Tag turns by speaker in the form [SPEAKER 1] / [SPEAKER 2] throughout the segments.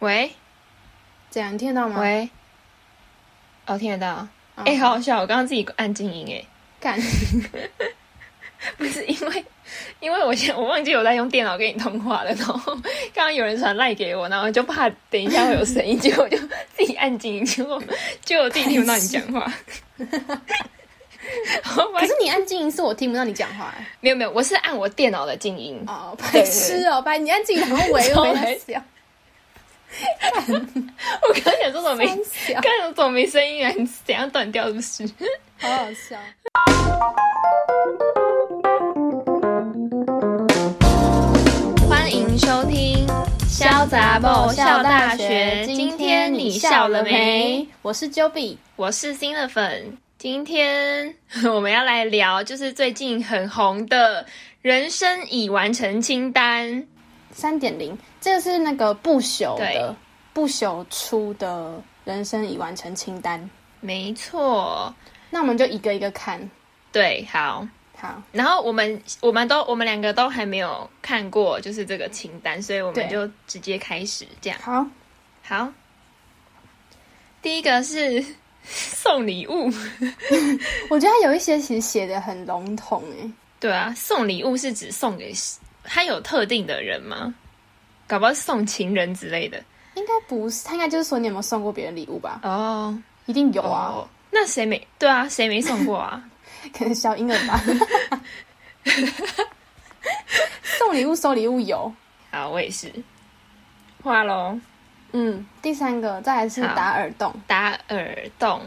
[SPEAKER 1] 喂
[SPEAKER 2] 这样你听得到吗？
[SPEAKER 1] 喂，哦，听得到。
[SPEAKER 2] 哦，
[SPEAKER 1] 哎、好好笑！我刚刚自己按静音，哎，
[SPEAKER 2] 干，
[SPEAKER 1] 不是因为，因为我现我忘记我在用电脑跟你通话了，然后刚刚有人传赖给我，然后就怕等一下会有声音，结果我就自己按静音，结果结果我自己听不到你讲话。好
[SPEAKER 2] 可
[SPEAKER 1] 白
[SPEAKER 2] 是你按静音是我听不到你讲 话哎、
[SPEAKER 1] 没有没有，我是按我电脑的静音。
[SPEAKER 2] 哦，白痴哦，白，你按静音然后围又没
[SPEAKER 1] 超白
[SPEAKER 2] 在笑，
[SPEAKER 1] 我刚想说怎么没，
[SPEAKER 2] 三小，
[SPEAKER 1] 刚想怎么没声音啊？你怎样断掉是不是？
[SPEAKER 2] 好好笑。
[SPEAKER 1] 欢迎收听《潇洒爆哦笑大学》，今天你笑了没？？
[SPEAKER 2] 我是 Joey，
[SPEAKER 1] 我是新的粉，今天 我们要来聊，就是最近很红的《人生已完成清单》。
[SPEAKER 2] 三点零，这个是那个不朽
[SPEAKER 1] 对
[SPEAKER 2] 的不朽出的人生已完成清单，
[SPEAKER 1] 没错，
[SPEAKER 2] 那我们就一个一个看。
[SPEAKER 1] 对，好。
[SPEAKER 2] 好，
[SPEAKER 1] 然后我们我们都我们两个都还没有看过，就是这个清单，所以我们
[SPEAKER 2] 对
[SPEAKER 1] 就直接开始这样。
[SPEAKER 2] 好，
[SPEAKER 1] 好，第一个是 送礼物，
[SPEAKER 2] 我觉得它有一些其实写的很笼统哎、
[SPEAKER 1] 对啊，送礼物是指送给他有特定的人吗？搞不好是送情人之类的
[SPEAKER 2] 应该不是，他应该就是说你有没有送过别人礼物吧？
[SPEAKER 1] 哦。
[SPEAKER 2] 一定有啊，
[SPEAKER 1] 哦，那谁没对啊？谁没送过 啊？
[SPEAKER 2] 可 能小婴儿吧。送礼物收礼物有，
[SPEAKER 1] 好，我也是。画龙
[SPEAKER 2] 嗯，第三个再来是
[SPEAKER 1] 好
[SPEAKER 2] 打耳洞，
[SPEAKER 1] 打耳洞，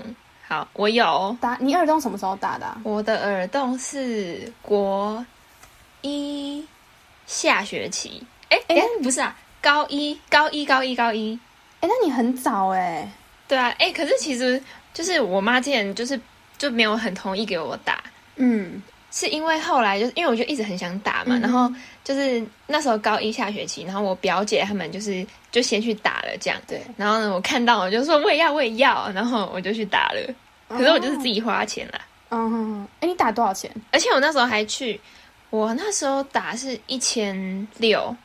[SPEAKER 1] 好，我有
[SPEAKER 2] 打你耳洞什么时候打的啊、
[SPEAKER 1] 我的耳洞是国一下学期，哎、
[SPEAKER 2] 哎
[SPEAKER 1] 哎、不是啊，高一高一高一高一，
[SPEAKER 2] 哎、那你很早哎、
[SPEAKER 1] 对啊，哎、可是其实就是我妈之前就是就没有很同意给我打，
[SPEAKER 2] 嗯，
[SPEAKER 1] 是因为后来就是因为我就一直很想打嘛，
[SPEAKER 2] 嗯
[SPEAKER 1] 然后就是那时候高一下学期，然后我表姐他们就是就先去打了这样，
[SPEAKER 2] 对。
[SPEAKER 1] 然后呢，我看到我就说我也要我也要，然后我就去打了，
[SPEAKER 2] 哦
[SPEAKER 1] 可是我就是自
[SPEAKER 2] 己，
[SPEAKER 1] 己花钱啦，
[SPEAKER 2] 嗯，哎、你打多少钱？
[SPEAKER 1] 而且我那时候还去，我那时候打是一千六，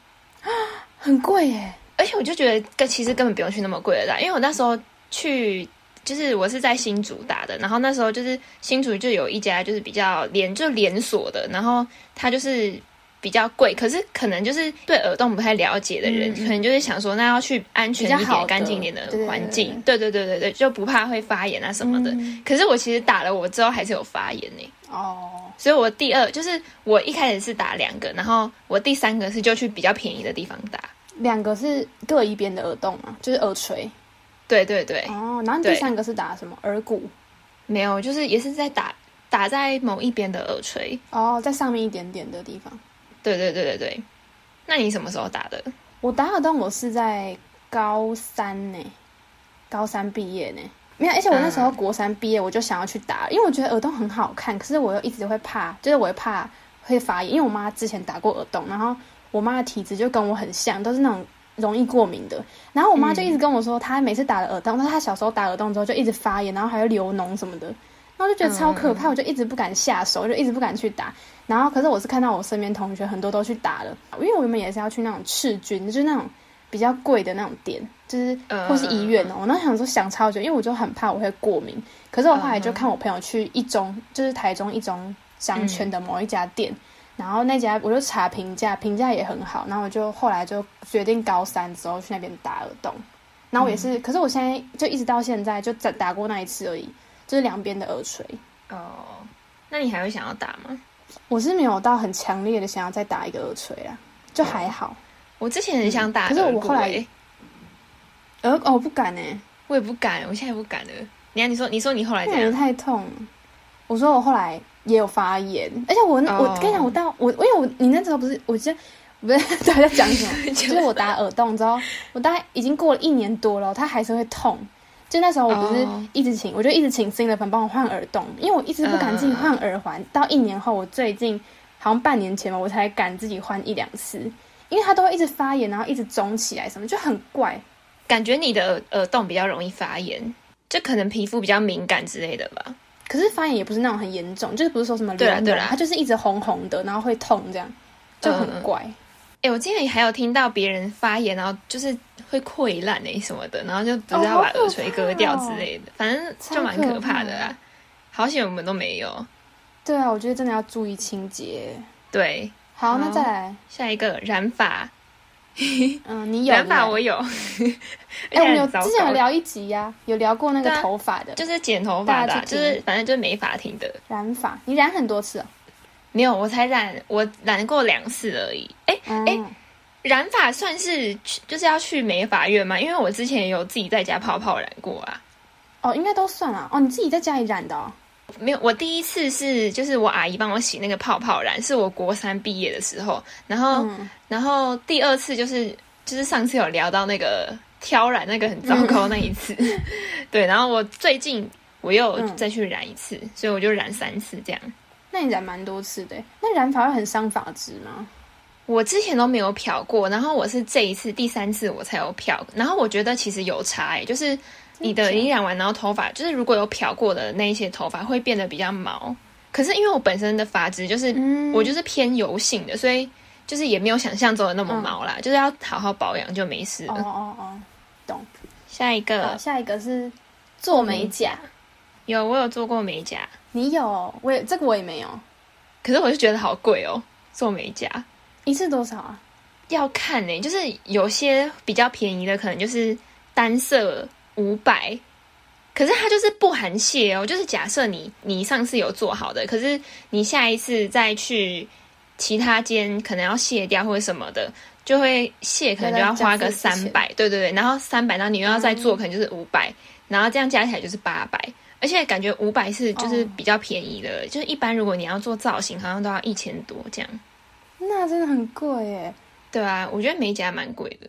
[SPEAKER 2] 很贵耶、
[SPEAKER 1] 而且我就觉得跟其实根本不用去那么贵的打，因为我那时候去。就是我是在新竹打的，然后那时候就是新竹就有一家就是比较连就连锁的，然后它就是比较贵，可是可能就是对耳洞不太了解的人，
[SPEAKER 2] 嗯嗯
[SPEAKER 1] 可能就是想说那要去安全一
[SPEAKER 2] 比较好
[SPEAKER 1] 点、
[SPEAKER 2] 的
[SPEAKER 1] 干净一点的
[SPEAKER 2] 对对对
[SPEAKER 1] 环境，对对对对对，就不怕会发炎啊什么的。
[SPEAKER 2] 嗯
[SPEAKER 1] 可是我其实打了我之后还是有发炎呢、
[SPEAKER 2] 哦，
[SPEAKER 1] 所以我第二就是我一开始是打两个，然后我第三个是就去比较便宜的地方打。
[SPEAKER 2] 两个是各一边的耳洞嘛，就是耳垂。
[SPEAKER 1] 对对对，
[SPEAKER 2] 哦，然后第
[SPEAKER 1] 对
[SPEAKER 2] 三个是打什么耳骨？
[SPEAKER 1] 没有，就是也是在打打在某一边的耳垂。
[SPEAKER 2] 哦，在上面一点点的地方。
[SPEAKER 1] 对对对对对，那你什么时候打的？
[SPEAKER 2] 我打耳洞，我是在高三呢、高三毕业呢、没有，而且我那时候国三毕业，我就想要去打，因为我觉得耳洞很好看，可是我又一直会怕，就是我会怕会发炎，因为我妈之前打过耳洞，然后我妈的体质就跟我很像，都是那种容易过敏的。然后我妈就一直跟我说，她每次打了耳洞，但是她小时候打耳洞之后就一直发炎，然后还会流脓什么的。然后就觉得超可怕，我就一直不敢下手，就一直不敢去打。然后可是我是看到我身边同学很多都去打了，因为我原本也是要去那种赤军，就是那种比较贵的那种店，就是
[SPEAKER 1] 嗯
[SPEAKER 2] 或是医院哦。我那时候想说想超久，因为我就很怕我会过敏。可是我后来就
[SPEAKER 1] 嗯
[SPEAKER 2] 看我朋友去一中，就是台中一中商圈的某一家店，然后那家我就查评价，评价也很好，然后我就后来就决定高三之后去那边打耳洞。然后我也是，可是我现在就一直到现在就只打过那一次而已，就是两边的耳垂。
[SPEAKER 1] 哦，那你还会想要打吗？
[SPEAKER 2] 我是没有到很强烈的想要再打一个耳垂啊，就还好。
[SPEAKER 1] 我之前很想打、
[SPEAKER 2] 嗯可是我
[SPEAKER 1] 耳骨
[SPEAKER 2] 后来
[SPEAKER 1] 欸
[SPEAKER 2] 耳哦不敢呢、
[SPEAKER 1] 我也不敢，我现在也不敢了。你看，你说，你说你后来
[SPEAKER 2] 那
[SPEAKER 1] 怎
[SPEAKER 2] 也
[SPEAKER 1] 样？
[SPEAKER 2] 太痛了。我说我后来也有发炎，而且我、
[SPEAKER 1] 哦
[SPEAKER 2] 我跟你讲，我到我因为我你那时候不是我记得不是对在讲 什么，就是我打耳洞之后，我大概已经过了一年多了，它还是会痛。就那时候我不是
[SPEAKER 1] 哦
[SPEAKER 2] 一直请我就一直请新的朋友帮我换耳洞，因为我一直不敢自己换耳环。到一年后，我最近好像半年前吧，我才敢自己换一两次，因为它都会一直发炎，然后一直肿起来，什么就很怪。
[SPEAKER 1] 感觉你的耳耳洞比较容易发炎，就可能皮肤比较敏感之类的吧。
[SPEAKER 2] 可是发炎也不是那种很严重，就是不是说什么
[SPEAKER 1] 对啦
[SPEAKER 2] 流脓
[SPEAKER 1] 对啦
[SPEAKER 2] 它就是一直红红的，然后会痛这样，就很
[SPEAKER 1] 嗯嗯
[SPEAKER 2] 怪。
[SPEAKER 1] 哎、我今天还有听到别人发言，然后就是会溃烂哎什么的，然后就不知道
[SPEAKER 2] 哦
[SPEAKER 1] 把
[SPEAKER 2] 好可
[SPEAKER 1] 耳垂割掉之类的，反正就蛮可
[SPEAKER 2] 超
[SPEAKER 1] 怕
[SPEAKER 2] 可
[SPEAKER 1] 的
[SPEAKER 2] 怕
[SPEAKER 1] 啦。好险我们都没有。
[SPEAKER 2] 对啊，我觉得真的要注意清洁。
[SPEAKER 1] 对，
[SPEAKER 2] 好，那
[SPEAKER 1] 好
[SPEAKER 2] 再来，
[SPEAKER 1] 下一个染发，
[SPEAKER 2] 嗯，你有
[SPEAKER 1] 染发
[SPEAKER 2] 对不
[SPEAKER 1] 我
[SPEAKER 2] 对
[SPEAKER 1] 有，
[SPEAKER 2] 哎、我们
[SPEAKER 1] 而且
[SPEAKER 2] 有
[SPEAKER 1] 很糟糕
[SPEAKER 2] 之前有聊一集呀、有聊过那个
[SPEAKER 1] 对啊
[SPEAKER 2] 头发的
[SPEAKER 1] 就是剪头发的啊、
[SPEAKER 2] 大家去
[SPEAKER 1] 就
[SPEAKER 2] 听
[SPEAKER 1] 是反正就是没法听的。
[SPEAKER 2] 染发，你染很多次哦。
[SPEAKER 1] 没有，我才染，我染过两次而已。哎、
[SPEAKER 2] 嗯
[SPEAKER 1] 哎染发算是去就是要去美发院嘛？因为我之前也有自己在家泡泡染过啊。
[SPEAKER 2] 哦，应该都算啦。哦，你自己在家里染的哦。
[SPEAKER 1] 没有，我第一次是就是我阿姨帮我洗那个泡泡染，是我国三毕业的时候。然后，
[SPEAKER 2] 嗯，
[SPEAKER 1] 然后第二次就是就是上次有聊到那个挑染那个很糟
[SPEAKER 2] 嗯
[SPEAKER 1] 糕那一次， 对。然后我最近我又
[SPEAKER 2] 嗯
[SPEAKER 1] 再去染一次，所以我就染三次这样。
[SPEAKER 2] 那你染蛮多次的耶。那染发会很伤发质吗？
[SPEAKER 1] 我之前都没有漂过，然后我是这一次第三次我才有漂，然后我觉得其实有差诶、就是你的
[SPEAKER 2] 真假
[SPEAKER 1] 你染完，然后头发就是如果有漂过的那一些头发会变得比较毛，可是因为我本身的发质就是、
[SPEAKER 2] 嗯
[SPEAKER 1] 我就是偏油性的，所以就是也没有想象中的那么毛啦，就是要好好保养就没事了。
[SPEAKER 2] 嗯哦哦哦，懂。
[SPEAKER 1] 下一
[SPEAKER 2] 好，
[SPEAKER 1] 个
[SPEAKER 2] 下一个是做美甲。
[SPEAKER 1] 有我有做过美甲，
[SPEAKER 2] 你有，我也这个我也没有。
[SPEAKER 1] 可是我就觉得好贵哦，做美甲。
[SPEAKER 2] 一次多少啊？
[SPEAKER 1] 要看呢、就是有些比较便宜的，可能就是单色五百，可是它就是不含卸哦。就是假设你你上次有做好的，可是你下一次再去其他间，可能要卸掉或者什么的，就会卸，可能就要花个
[SPEAKER 2] 要再
[SPEAKER 1] 三
[SPEAKER 2] 付之前
[SPEAKER 1] 百，对对对，然后三百，然后你又要再做，可能就是五百，然后这样加起来就是八百。而且感觉五百是就是
[SPEAKER 2] 哦
[SPEAKER 1] 比较便宜的就是一般如果你要做造型，好像都要一千多这样。
[SPEAKER 2] 那真的很贵耶。
[SPEAKER 1] 对啊，我觉得美甲蛮贵的。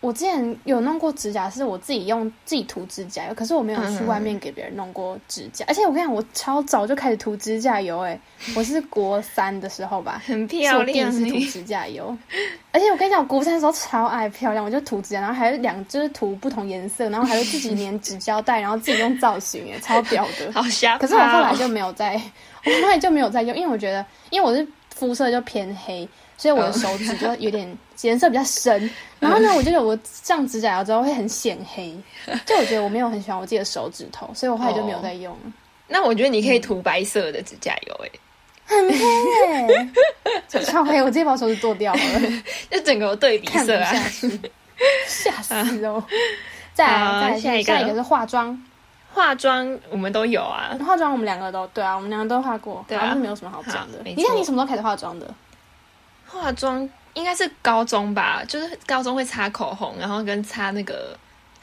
[SPEAKER 2] 我之前有弄过指甲，是我自己用自己涂指甲油，可是我没有去
[SPEAKER 1] 嗯
[SPEAKER 2] 外面给别人弄过指甲。而且我跟你讲，我超早就开始涂指甲油，哎，我是国三的时候 吧，
[SPEAKER 1] 很
[SPEAKER 2] 是
[SPEAKER 1] 漂
[SPEAKER 2] 我第一
[SPEAKER 1] 亮
[SPEAKER 2] 次涂
[SPEAKER 1] 欸，
[SPEAKER 2] 指甲油，而且我跟你讲，我国三的时候超爱漂亮，我就涂指甲，然后还是两就是涂不同颜色，然后还会自己粘纸胶带，然后自己用造型，哎，超屌的。
[SPEAKER 1] 好瞎、哦。
[SPEAKER 2] 可是我后来就没有再，我后来就没有再用，因为我觉得，因为我是肤色就偏黑，所以
[SPEAKER 1] 嗯
[SPEAKER 2] 我的手指就有点颜色比 较深。然后呢，我就觉得我上指甲油之后会很显黑，就我觉得我没有很喜欢我自己的手指头，所以我后来就没
[SPEAKER 1] 哦
[SPEAKER 2] 有再用了。
[SPEAKER 1] 那我觉得你可以涂白色的指甲油、欸，
[SPEAKER 2] 很黑、欸，超黑！我直接把我手指剁 掉好了。
[SPEAKER 1] 就整个有对比
[SPEAKER 2] 看不
[SPEAKER 1] 色
[SPEAKER 2] 下
[SPEAKER 1] 啊。
[SPEAKER 2] 去，吓死哦！再来，
[SPEAKER 1] 好
[SPEAKER 2] 再来
[SPEAKER 1] 下一个
[SPEAKER 2] 下一个是化妆，
[SPEAKER 1] 化妆我们都有啊，
[SPEAKER 2] 化妆我们两个都对啊，我们两个都化过，
[SPEAKER 1] 对啊
[SPEAKER 2] 好像没有什么好讲的
[SPEAKER 1] 好。没错
[SPEAKER 2] 你看你什么时候开始化妆的？
[SPEAKER 1] 化妆应该是高中吧，就是高中会擦口红，然后跟擦那个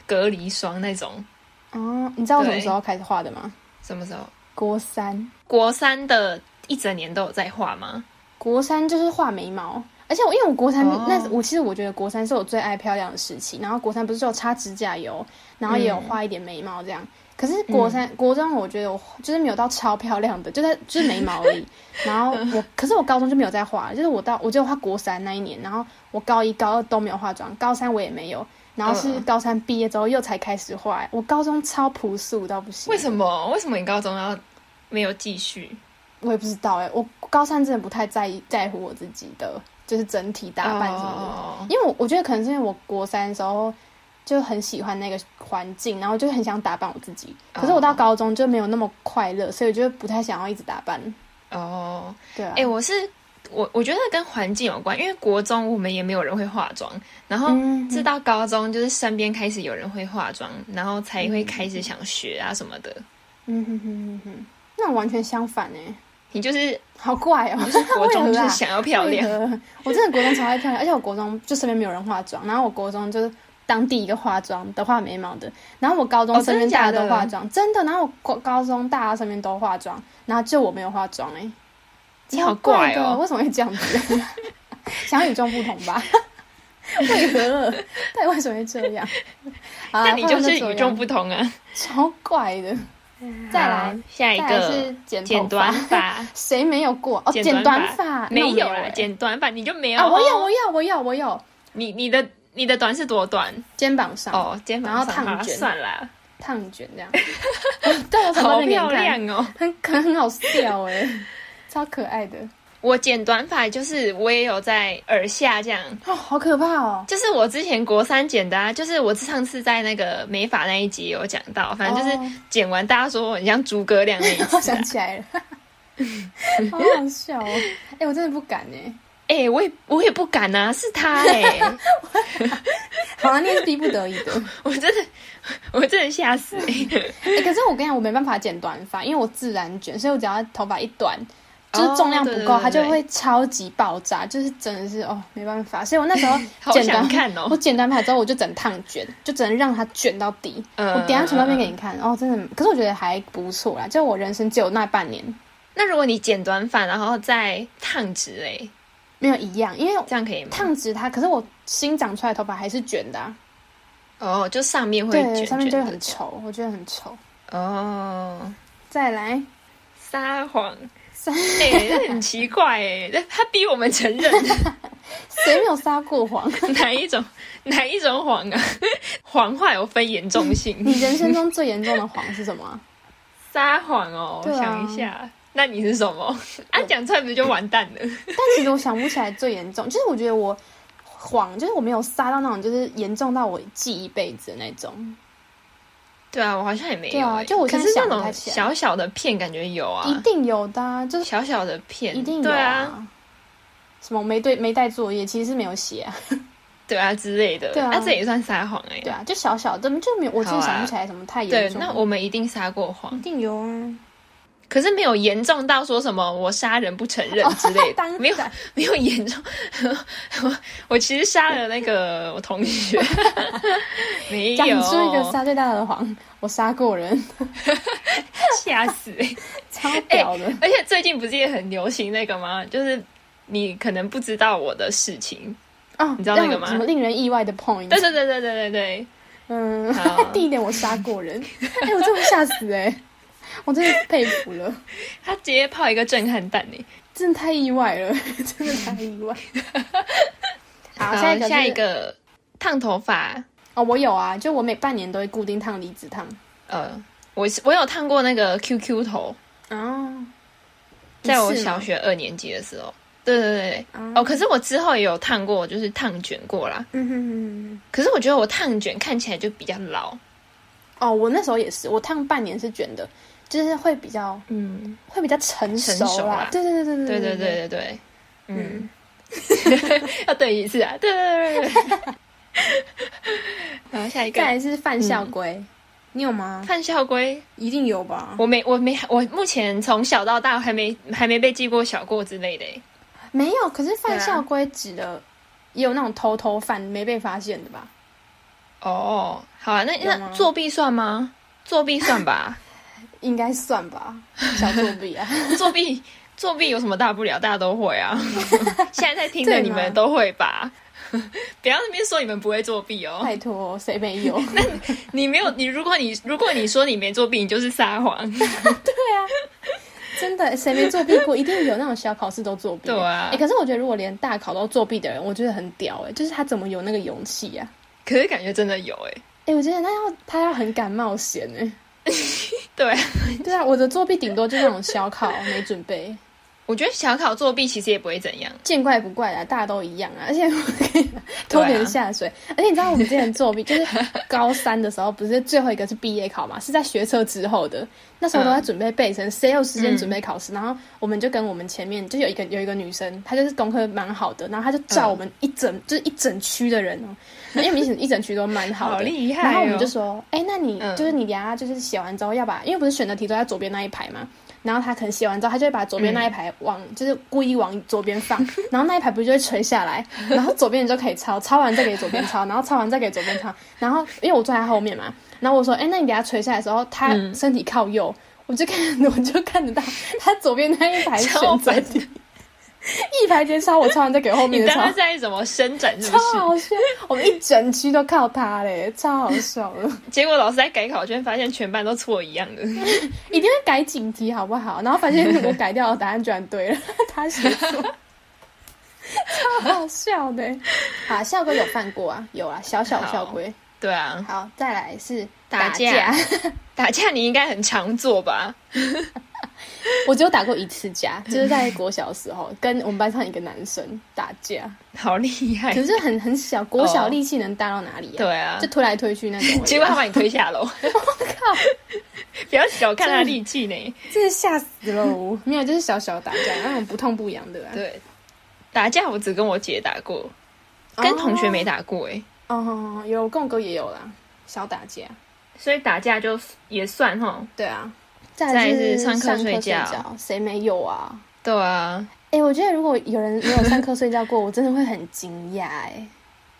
[SPEAKER 1] 隔离霜那种。
[SPEAKER 2] 哦，你知道我什么时候开始化的吗？
[SPEAKER 1] 什么时候？
[SPEAKER 2] 国三，
[SPEAKER 1] 国三的一整年都有在画吗？
[SPEAKER 2] 国三就是画眉毛。而且我因为我国三、
[SPEAKER 1] 哦
[SPEAKER 2] 那我其实我觉得国三是我最爱漂亮的时期，然后国三不是就有擦指甲油，然后也有
[SPEAKER 1] 嗯
[SPEAKER 2] 画一点眉毛这样。可是国三、国中我觉得我就是没有到超漂亮的，就在就是眉毛 而已。然后我可是我高中就没有再画了，就是我到我就画国三那一年，然后我高一高二都没有化妆，高三我也没有，然后是
[SPEAKER 1] 嗯
[SPEAKER 2] 高三毕业之后又才开始画。我高中超朴素到不行，
[SPEAKER 1] 为什么？为什么你高中要没有继续？
[SPEAKER 2] 我也不知道哎、我高三真的不太在意在乎我自己的，就是整体打扮什么的，
[SPEAKER 1] 哦
[SPEAKER 2] 因为我我觉得可能是因为我国三的时候就很喜欢那个环境，然后就很想打扮我自己。可是我到
[SPEAKER 1] 哦
[SPEAKER 2] 高中就没有那么快乐，所以我就不太想要一直打扮。
[SPEAKER 1] 哦
[SPEAKER 2] 对啊，
[SPEAKER 1] 哎、我是我，我觉得跟环境有关，因为国中我们也没有人会化妆，然后
[SPEAKER 2] 嗯
[SPEAKER 1] 直到高中就是身边开始有人会化妆，然后才会开始想学啊什么的。
[SPEAKER 2] 嗯哼哼哼哼，那我完全相反哎、
[SPEAKER 1] 你 就是
[SPEAKER 2] 好怪哦、
[SPEAKER 1] 你就是国中
[SPEAKER 2] 为
[SPEAKER 1] 就
[SPEAKER 2] 何啊
[SPEAKER 1] 是想要漂亮，
[SPEAKER 2] 为何 我真的国中超爱漂亮，而且我国中就身边没有人化妆，然后我国中就是当第一个化妆的画眉毛的，然后我高中
[SPEAKER 1] 哦
[SPEAKER 2] 身边
[SPEAKER 1] 真的假
[SPEAKER 2] 大
[SPEAKER 1] 的
[SPEAKER 2] 家都化妆，真的，然后我高高中大家身边都化妆，然后就我没有化妆哎、欸，
[SPEAKER 1] 你好
[SPEAKER 2] 超怪
[SPEAKER 1] 怪哦
[SPEAKER 2] 的为什么会这样子？ 想要与众不同吧？ 为何？但为什么会这样？好啊啦
[SPEAKER 1] 那你就
[SPEAKER 2] 不然
[SPEAKER 1] 是
[SPEAKER 2] 这样
[SPEAKER 1] 与众不同啊。
[SPEAKER 2] 超怪的。啊再来
[SPEAKER 1] 好，下一
[SPEAKER 2] 再来
[SPEAKER 1] 个
[SPEAKER 2] 是剪头
[SPEAKER 1] 剪
[SPEAKER 2] 发
[SPEAKER 1] 短，发，
[SPEAKER 2] 谁没有过？哦，
[SPEAKER 1] 剪
[SPEAKER 2] 剪短
[SPEAKER 1] 发
[SPEAKER 2] 发欸
[SPEAKER 1] 没有欸
[SPEAKER 2] 啦
[SPEAKER 1] 啦，，剪短发你就没有
[SPEAKER 2] 啊，我有，
[SPEAKER 1] 哦
[SPEAKER 2] 我有，我有，我有，
[SPEAKER 1] 你你的你的短是多短
[SPEAKER 2] 肩膀上
[SPEAKER 1] 哦，肩膀
[SPEAKER 2] 然后
[SPEAKER 1] 上
[SPEAKER 2] 烫
[SPEAKER 1] 好啦
[SPEAKER 2] 卷
[SPEAKER 1] 算 啦，
[SPEAKER 2] 烫卷这样， 对我才
[SPEAKER 1] 好
[SPEAKER 2] 把那个给你
[SPEAKER 1] 漂
[SPEAKER 2] 看，
[SPEAKER 1] 亮哦。
[SPEAKER 2] 欸很很很好笑哎、超可爱的。
[SPEAKER 1] 我剪短发就是我也有在耳下这样，
[SPEAKER 2] 哦，好可怕哦！
[SPEAKER 1] 就是我之前国三剪的、啊，就是我上次在那个美发那一集有讲到，反正
[SPEAKER 2] 哦
[SPEAKER 1] 就是剪完大家说我很像诸葛亮那 一
[SPEAKER 2] 我
[SPEAKER 1] 次、啊
[SPEAKER 2] 想。起来了， 好好笑哦！哎、我真的不敢哎。
[SPEAKER 1] 哎、我也我也不敢啊，是他哎、
[SPEAKER 2] 好了，你也是逼不得已的。哎、
[SPEAKER 1] 我真的我真的吓死、欸。
[SPEAKER 2] 可是我跟你讲，我没办法剪短发，因为我自然卷，所以我只要头发一短，就是
[SPEAKER 1] 哦
[SPEAKER 2] 重量不
[SPEAKER 1] 对
[SPEAKER 2] 够，
[SPEAKER 1] 对
[SPEAKER 2] 它就
[SPEAKER 1] 对
[SPEAKER 2] 会超级爆炸，就是真的是哦，没办法。所以我那时候
[SPEAKER 1] 好
[SPEAKER 2] 剪短
[SPEAKER 1] 想看
[SPEAKER 2] 我
[SPEAKER 1] 哦，
[SPEAKER 2] 剪短发之后，我就整烫卷，就只能让它卷到底。
[SPEAKER 1] 呃
[SPEAKER 2] 我等一下传照片给你看。哦，真的，可是我觉得还不错啦，就我人生只有那半年
[SPEAKER 1] 那如果你剪短发然后再烫直哎，
[SPEAKER 2] 没有一样，因为
[SPEAKER 1] 这样可以吗？
[SPEAKER 2] 烫直它，可是我新长出来的头发还是卷的、啊，
[SPEAKER 1] 哦，就上面会
[SPEAKER 2] 对，
[SPEAKER 1] 卷
[SPEAKER 2] 上面就
[SPEAKER 1] 卷
[SPEAKER 2] 会
[SPEAKER 1] 的
[SPEAKER 2] 很丑，我觉得很丑。
[SPEAKER 1] 哦。
[SPEAKER 2] 再来，
[SPEAKER 1] 撒谎，
[SPEAKER 2] 撒
[SPEAKER 1] 哎、这很奇怪哎、他逼我们承认
[SPEAKER 2] 谁没有撒过谎？
[SPEAKER 1] 哪一种哪一种谎啊？谎话有分严重 性，
[SPEAKER 2] 你人生中最严重的谎是什么啊？
[SPEAKER 1] 撒谎哦，我
[SPEAKER 2] 对啊
[SPEAKER 1] 想一下，那你是什么？啊，讲出来不就完蛋了？
[SPEAKER 2] 但其实我想不起来最严重，就是我觉得我谎，就是我没有撒到那种，就是严重到我记一辈子的那种。
[SPEAKER 1] 对啊，我好像也没有、
[SPEAKER 2] 对啊
[SPEAKER 1] 哎
[SPEAKER 2] 就我
[SPEAKER 1] 可
[SPEAKER 2] 现在
[SPEAKER 1] 是那
[SPEAKER 2] 想不
[SPEAKER 1] 种
[SPEAKER 2] 太起来
[SPEAKER 1] 小小的片，感觉有
[SPEAKER 2] 一
[SPEAKER 1] 啊，
[SPEAKER 2] 定有的、啊，就是
[SPEAKER 1] 小小的片，
[SPEAKER 2] 一定有
[SPEAKER 1] 对啊，
[SPEAKER 2] 什么没对没带作业，其实是没有写啊，
[SPEAKER 1] 对啊之类的，
[SPEAKER 2] 对啊
[SPEAKER 1] 那这也算撒谎哎、
[SPEAKER 2] 对啊，就小小的，就没有，我真的
[SPEAKER 1] 好啊
[SPEAKER 2] 想不起来什么太
[SPEAKER 1] 对
[SPEAKER 2] 严，重。
[SPEAKER 1] 那我们一定撒过
[SPEAKER 2] 一
[SPEAKER 1] 谎，
[SPEAKER 2] 定有啊，
[SPEAKER 1] 可是没有严重到说什么我杀人不承
[SPEAKER 2] 哦
[SPEAKER 1] 认之类的，
[SPEAKER 2] 当
[SPEAKER 1] 没有
[SPEAKER 2] 然
[SPEAKER 1] 没有严重， 我我其实杀了那个我同 学，没
[SPEAKER 2] 讲
[SPEAKER 1] 有
[SPEAKER 2] 出一个撒最大的谎，我杀过人，
[SPEAKER 1] 吓死、欸！
[SPEAKER 2] 超屌的。
[SPEAKER 1] 而且最近不是也很流行那个吗？就是你可能不知道我的事情，
[SPEAKER 2] 哦，
[SPEAKER 1] 你知道那个吗
[SPEAKER 2] 让什么令人意外的 point？
[SPEAKER 1] 对对对对对对对，
[SPEAKER 2] 嗯
[SPEAKER 1] 好，
[SPEAKER 2] 第一点我杀过人， 哎、我真的吓死哎、我真的佩服了，
[SPEAKER 1] 他直接泡一个震撼弹呢、欸
[SPEAKER 2] 真的太意外了， 真的太意外。好，下一个、
[SPEAKER 1] 下一，个烫头发，
[SPEAKER 2] 哦，我有啊，就我每半年都会固定烫离子烫。
[SPEAKER 1] 呃，我是我有烫过那个 QQ 头，
[SPEAKER 2] 哦，
[SPEAKER 1] 在我小学二年级的时候，对对对对。
[SPEAKER 2] 哦
[SPEAKER 1] 哦，可是我之后也有烫过，就是烫卷过啦。
[SPEAKER 2] 嗯哼哼
[SPEAKER 1] 可是我觉得我烫卷看起来就比较老，
[SPEAKER 2] 哼，哦，我那时候也是，我烫半年是卷的，就是会比较
[SPEAKER 1] 嗯，
[SPEAKER 2] 会比较成熟
[SPEAKER 1] 成熟
[SPEAKER 2] 啦
[SPEAKER 1] 啦。
[SPEAKER 2] 对对对对
[SPEAKER 1] 对对
[SPEAKER 2] 对
[SPEAKER 1] 对对对，嗯
[SPEAKER 2] 嗯，
[SPEAKER 1] 要对一次啊，对对对对对。 然后下一个
[SPEAKER 2] 再来是犯校规，你有吗？
[SPEAKER 1] 范校规，
[SPEAKER 2] 一定有吧？
[SPEAKER 1] 嗯我没我没我目前从小到大还没还没被记过小过之类的欸，
[SPEAKER 2] 没有，可是犯
[SPEAKER 1] 对啊
[SPEAKER 2] 校规指的也有那种偷偷犯没被发现的吧？
[SPEAKER 1] 哦，好啊，那
[SPEAKER 2] 有吗
[SPEAKER 1] 那作弊算吗？作弊算吧，
[SPEAKER 2] 应该算吧，小作弊啊。
[SPEAKER 1] 作弊作弊有什么大不了？大家都会啊。现在在听的
[SPEAKER 2] 对吗
[SPEAKER 1] 你们都会吧？ 不要那边说你们不会作弊哦。
[SPEAKER 2] 拜托，谁没 有？
[SPEAKER 1] 你没有你，如果你如果你说你没作弊，你就是撒谎。
[SPEAKER 2] 真的，谁没作弊过？一定有那种小考试都作弊。
[SPEAKER 1] 对啊
[SPEAKER 2] 哎、可是我觉得如果连大考都作弊的人，我觉得很屌哎、就是他怎么有那个勇气啊？
[SPEAKER 1] 可是感觉真的有哎、
[SPEAKER 2] 哎、我觉得他要他要很敢冒险哎、
[SPEAKER 1] 对啊，
[SPEAKER 2] 对啊，我的作弊顶多就那种小考没准备，
[SPEAKER 1] 我觉得小考作弊其实也不会怎样。
[SPEAKER 2] 见怪不怪啊，大家都一样啊。而且我 可以
[SPEAKER 1] 啊
[SPEAKER 2] 拖别人下水，而且你知道我们之前作弊，就是高三的时候，不是最后一个是毕业考嘛，是在学测之后的。那时候都
[SPEAKER 1] 嗯
[SPEAKER 2] 在准备备审，谁有时间准备考试？然后我们就跟我们前面就有一个有一个女生，她就是功课蛮好的，然后她就
[SPEAKER 1] 嗯
[SPEAKER 2] 照我们一整、就是一整区的人哦，因为我们一整一整区都蛮好的，
[SPEAKER 1] 好厉害哦
[SPEAKER 2] 然后我们就说，哎、那你、
[SPEAKER 1] 嗯
[SPEAKER 2] 就是你等一下就是写完之后要把，因为不是选择题都在左边那一排嘛。然后她可能写完之后，她就会把左边
[SPEAKER 1] 嗯
[SPEAKER 2] 那一排往，就是故意往左边放，然后那一排不就会垂下来，然后左边你就可以抄，抄完再给左边抄，然后抄完再给左边抄，然后因为我坐在她后面嘛，然后我说，哎、那你给他垂下来的时候，他
[SPEAKER 1] 嗯
[SPEAKER 2] 身体靠右，我就看， 我就看得到他左边那一排
[SPEAKER 1] 超
[SPEAKER 2] 选择题，一排直接抄我，抄完再给后面
[SPEAKER 1] 你
[SPEAKER 2] 的
[SPEAKER 1] 当
[SPEAKER 2] 抄
[SPEAKER 1] 时，在什么伸展是不
[SPEAKER 2] 超
[SPEAKER 1] 是？
[SPEAKER 2] 好笑，我们一整区都靠他嘞，超好笑了，
[SPEAKER 1] 结果老师在改考卷，发现全班都错一样的。
[SPEAKER 2] 一定会改紧题好不好？然后发现我改掉的答案居然对了， 他写错。超好笑的，啊，校规有犯过啊，有啊，小小
[SPEAKER 1] 好
[SPEAKER 2] 校规。
[SPEAKER 1] 对啊，
[SPEAKER 2] 好，再来是
[SPEAKER 1] 打
[SPEAKER 2] 架
[SPEAKER 1] 打架你应该很常做吧？
[SPEAKER 2] 我只有打过一次架，就是在国小的时候跟我们班上一个男生打架，
[SPEAKER 1] 好厉害
[SPEAKER 2] 可！是很很小，国小
[SPEAKER 1] 哦
[SPEAKER 2] 力气能大到哪哎里啊？
[SPEAKER 1] 对啊
[SPEAKER 2] 就，推来推去那 种而已啊。
[SPEAKER 1] 结果他把你推下楼，
[SPEAKER 2] 我靠，
[SPEAKER 1] 不要小看他力气呢。
[SPEAKER 2] 真的吓死了我！ 没有，就是小小打架，那种不痛不痒的、啊。
[SPEAKER 1] 对，打架我只跟我姐打过，
[SPEAKER 2] 哦，
[SPEAKER 1] 跟同学没打过哎、
[SPEAKER 2] 哦，有跟我哥也有啦，小打架。
[SPEAKER 1] 所以打架就也算哈。
[SPEAKER 2] 对啊，再
[SPEAKER 1] 来
[SPEAKER 2] 来
[SPEAKER 1] 就是是上课
[SPEAKER 2] 课
[SPEAKER 1] 睡觉
[SPEAKER 2] 觉，谁没有啊？
[SPEAKER 1] 对啊，
[SPEAKER 2] 哎、我觉得如果有人没有上课睡觉过， 我真的会很惊讶哎。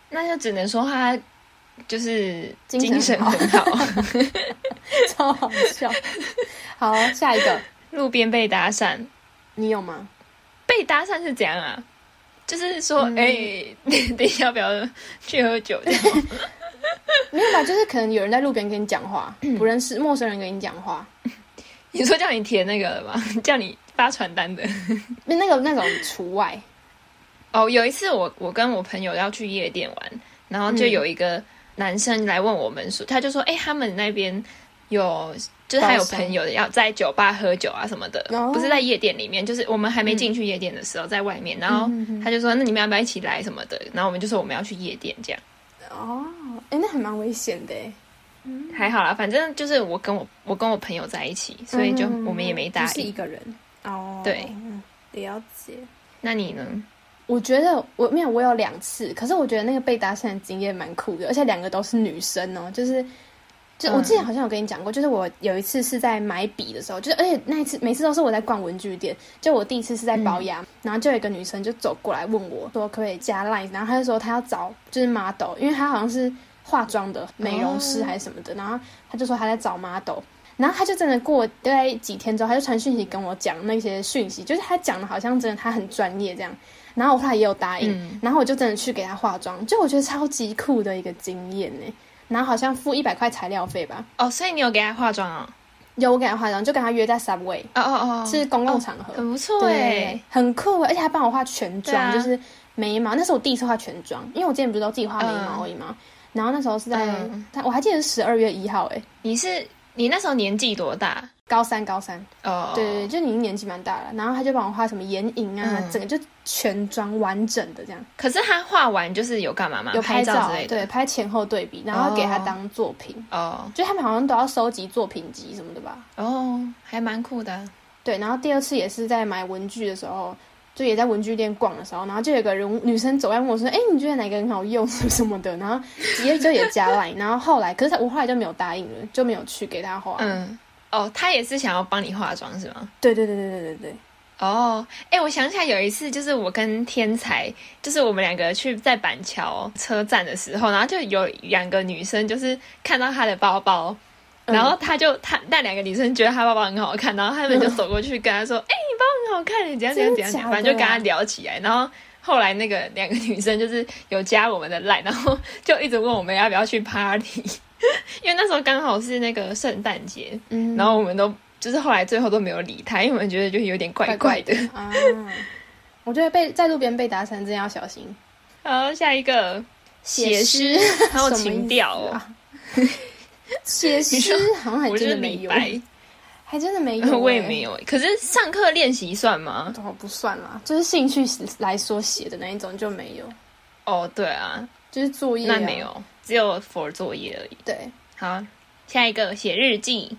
[SPEAKER 1] 那就只能说他就是
[SPEAKER 2] 精神
[SPEAKER 1] 精神很好，
[SPEAKER 2] 超好笑。好，下一个，
[SPEAKER 1] 路边被搭讪，
[SPEAKER 2] 你有吗？
[SPEAKER 1] 被搭讪是怎样啊？就是说，哎、
[SPEAKER 2] 嗯
[SPEAKER 1] 等一下要不要去喝酒？这样
[SPEAKER 2] 没有吧，就是可能有人在路边跟你讲话，不认识陌生人跟你讲话，
[SPEAKER 1] 你说叫你填那个的吗？ 叫你发传单的？
[SPEAKER 2] 那那个那种除外。
[SPEAKER 1] 哦，有一次我我跟我朋友要去夜店玩，然后就
[SPEAKER 2] 嗯
[SPEAKER 1] 有一个男生来问我们说，他就说，哎、他们那边有。就是他有
[SPEAKER 2] 招商
[SPEAKER 1] 朋友要在酒吧喝酒啊什么的
[SPEAKER 2] 哦
[SPEAKER 1] 不是在夜店里面，就是我们还没进去夜店的时候，在外面。然后
[SPEAKER 2] 嗯嗯嗯
[SPEAKER 1] 他就说：“那你们要不要一起来什么的？”然后我们就说我们要去夜店这样。
[SPEAKER 2] 哦，哎、那还蛮危险的哎。
[SPEAKER 1] 还好啦，反正就是我跟我我跟我朋友在一起，所以就
[SPEAKER 2] 嗯
[SPEAKER 1] 我们也没答
[SPEAKER 2] 不是一
[SPEAKER 1] 应。
[SPEAKER 2] 个人。哦，
[SPEAKER 1] 对
[SPEAKER 2] 嗯，了解。
[SPEAKER 1] 那你呢？
[SPEAKER 2] 我觉得我没有，我有两次，可是我觉得那个被搭讪的经验蛮酷的，而且两个都是女生哦，就是。就我
[SPEAKER 1] 嗯
[SPEAKER 2] 之前好像有跟你讲过，就是我有一次是在买笔的时候，就是而且那一次每次都是我在逛文具店，就我第一次是在保养，然后就有一个女生就走过来问我说可不可以加 line，然后她就说她要找就是 model，因为她好像是化妆的美容师还是什么的，然后她就说她在找 model，然后他就真的过大概几天之后，他就传讯息跟我讲那些讯息，就是他讲的好像真的他很专业这样。然后我后来也有答应，
[SPEAKER 1] 嗯
[SPEAKER 2] 然后我就真的去给他化妆，就我觉得超级酷的一个经验呢。然后好像付一百块材料费吧，
[SPEAKER 1] 哦，所以你有给他化妆哦？
[SPEAKER 2] 有我给他化妆，就跟他约在 Subway，、
[SPEAKER 1] 哦哦哦，
[SPEAKER 2] 是公共场合，
[SPEAKER 1] 很不错哎
[SPEAKER 2] 对，，很酷，而且还帮我化全
[SPEAKER 1] 对
[SPEAKER 2] 妆，
[SPEAKER 1] 啊
[SPEAKER 2] 就是眉毛。那是我第一次化全妆，因为我之前不是都自己画眉毛而已嘛。然后那时候是在，
[SPEAKER 1] 嗯
[SPEAKER 2] 他我还记得十二月一号，哎，
[SPEAKER 1] 你是你那时候年纪多大？
[SPEAKER 2] 高三高三，
[SPEAKER 1] 哦，
[SPEAKER 2] 对对，对，就你年纪蛮大了，然后他就帮我画什么眼影啊，
[SPEAKER 1] 嗯
[SPEAKER 2] 整个就全妆完整的这样，
[SPEAKER 1] 可是他画完就是有干嘛吗？
[SPEAKER 2] 有
[SPEAKER 1] 啊拍
[SPEAKER 2] 照
[SPEAKER 1] 之类的。
[SPEAKER 2] 对，拍前后对比，然后给他
[SPEAKER 1] 哦
[SPEAKER 2] 当作品，
[SPEAKER 1] 哦
[SPEAKER 2] 就他们好像都要收集作品集什么的吧。
[SPEAKER 1] 哦，还蛮酷的啊。
[SPEAKER 2] 对，然后第二次也是在买文具的时候，就也在文具店逛的时候，然后就有个人女生走来问我说：“哎，你觉得哪个很好用 什么的？”然后直接就也 加 line，然后后来可是我后来就没有答应了，就没有去给他画。，
[SPEAKER 1] 嗯，哦，他也是想要帮你化妆是吗？
[SPEAKER 2] 对对对对对对对，
[SPEAKER 1] 哦，哎，我想起来有一次，就是我跟天才，就是我们两个去在板桥车站的时候，然后就有两个女生就是看到他的包包，
[SPEAKER 2] 嗯
[SPEAKER 1] 然后他就他那两个女生觉得他包包很好看，然后他们就走过去跟他说：“哎、你包包很好看，你怎样怎样怎样怎样。”
[SPEAKER 2] 真的假的啊
[SPEAKER 1] 反正就跟他聊起来，然后后来那个两个女生就是有加我们的 line，然后就一直问我们要不要去 party，因为那时候刚好是那个圣诞节，
[SPEAKER 2] 嗯，
[SPEAKER 1] 然后我们都就是后来最后都没有理他，因为我们觉得就有点怪怪
[SPEAKER 2] 怪
[SPEAKER 1] 的。
[SPEAKER 2] 啊，我觉得被在路边被搭讪真的要小心。
[SPEAKER 1] 好，下一个写诗， 还
[SPEAKER 2] 啊
[SPEAKER 1] 有情调哦，
[SPEAKER 2] 写诗好像还
[SPEAKER 1] 我
[SPEAKER 2] 真
[SPEAKER 1] 是
[SPEAKER 2] 的没
[SPEAKER 1] 李
[SPEAKER 2] 有，
[SPEAKER 1] 白，
[SPEAKER 2] 还真 的没有、
[SPEAKER 1] 我也没，有欸。可是上课练习算吗？
[SPEAKER 2] 哦，不算啦，就是兴趣来说写的那一种就没有，
[SPEAKER 1] 哦，对啊，
[SPEAKER 2] 就是作业、啊、
[SPEAKER 1] 那没。有，只有 for 作业而已。
[SPEAKER 2] 对
[SPEAKER 1] 好，下一个写日记，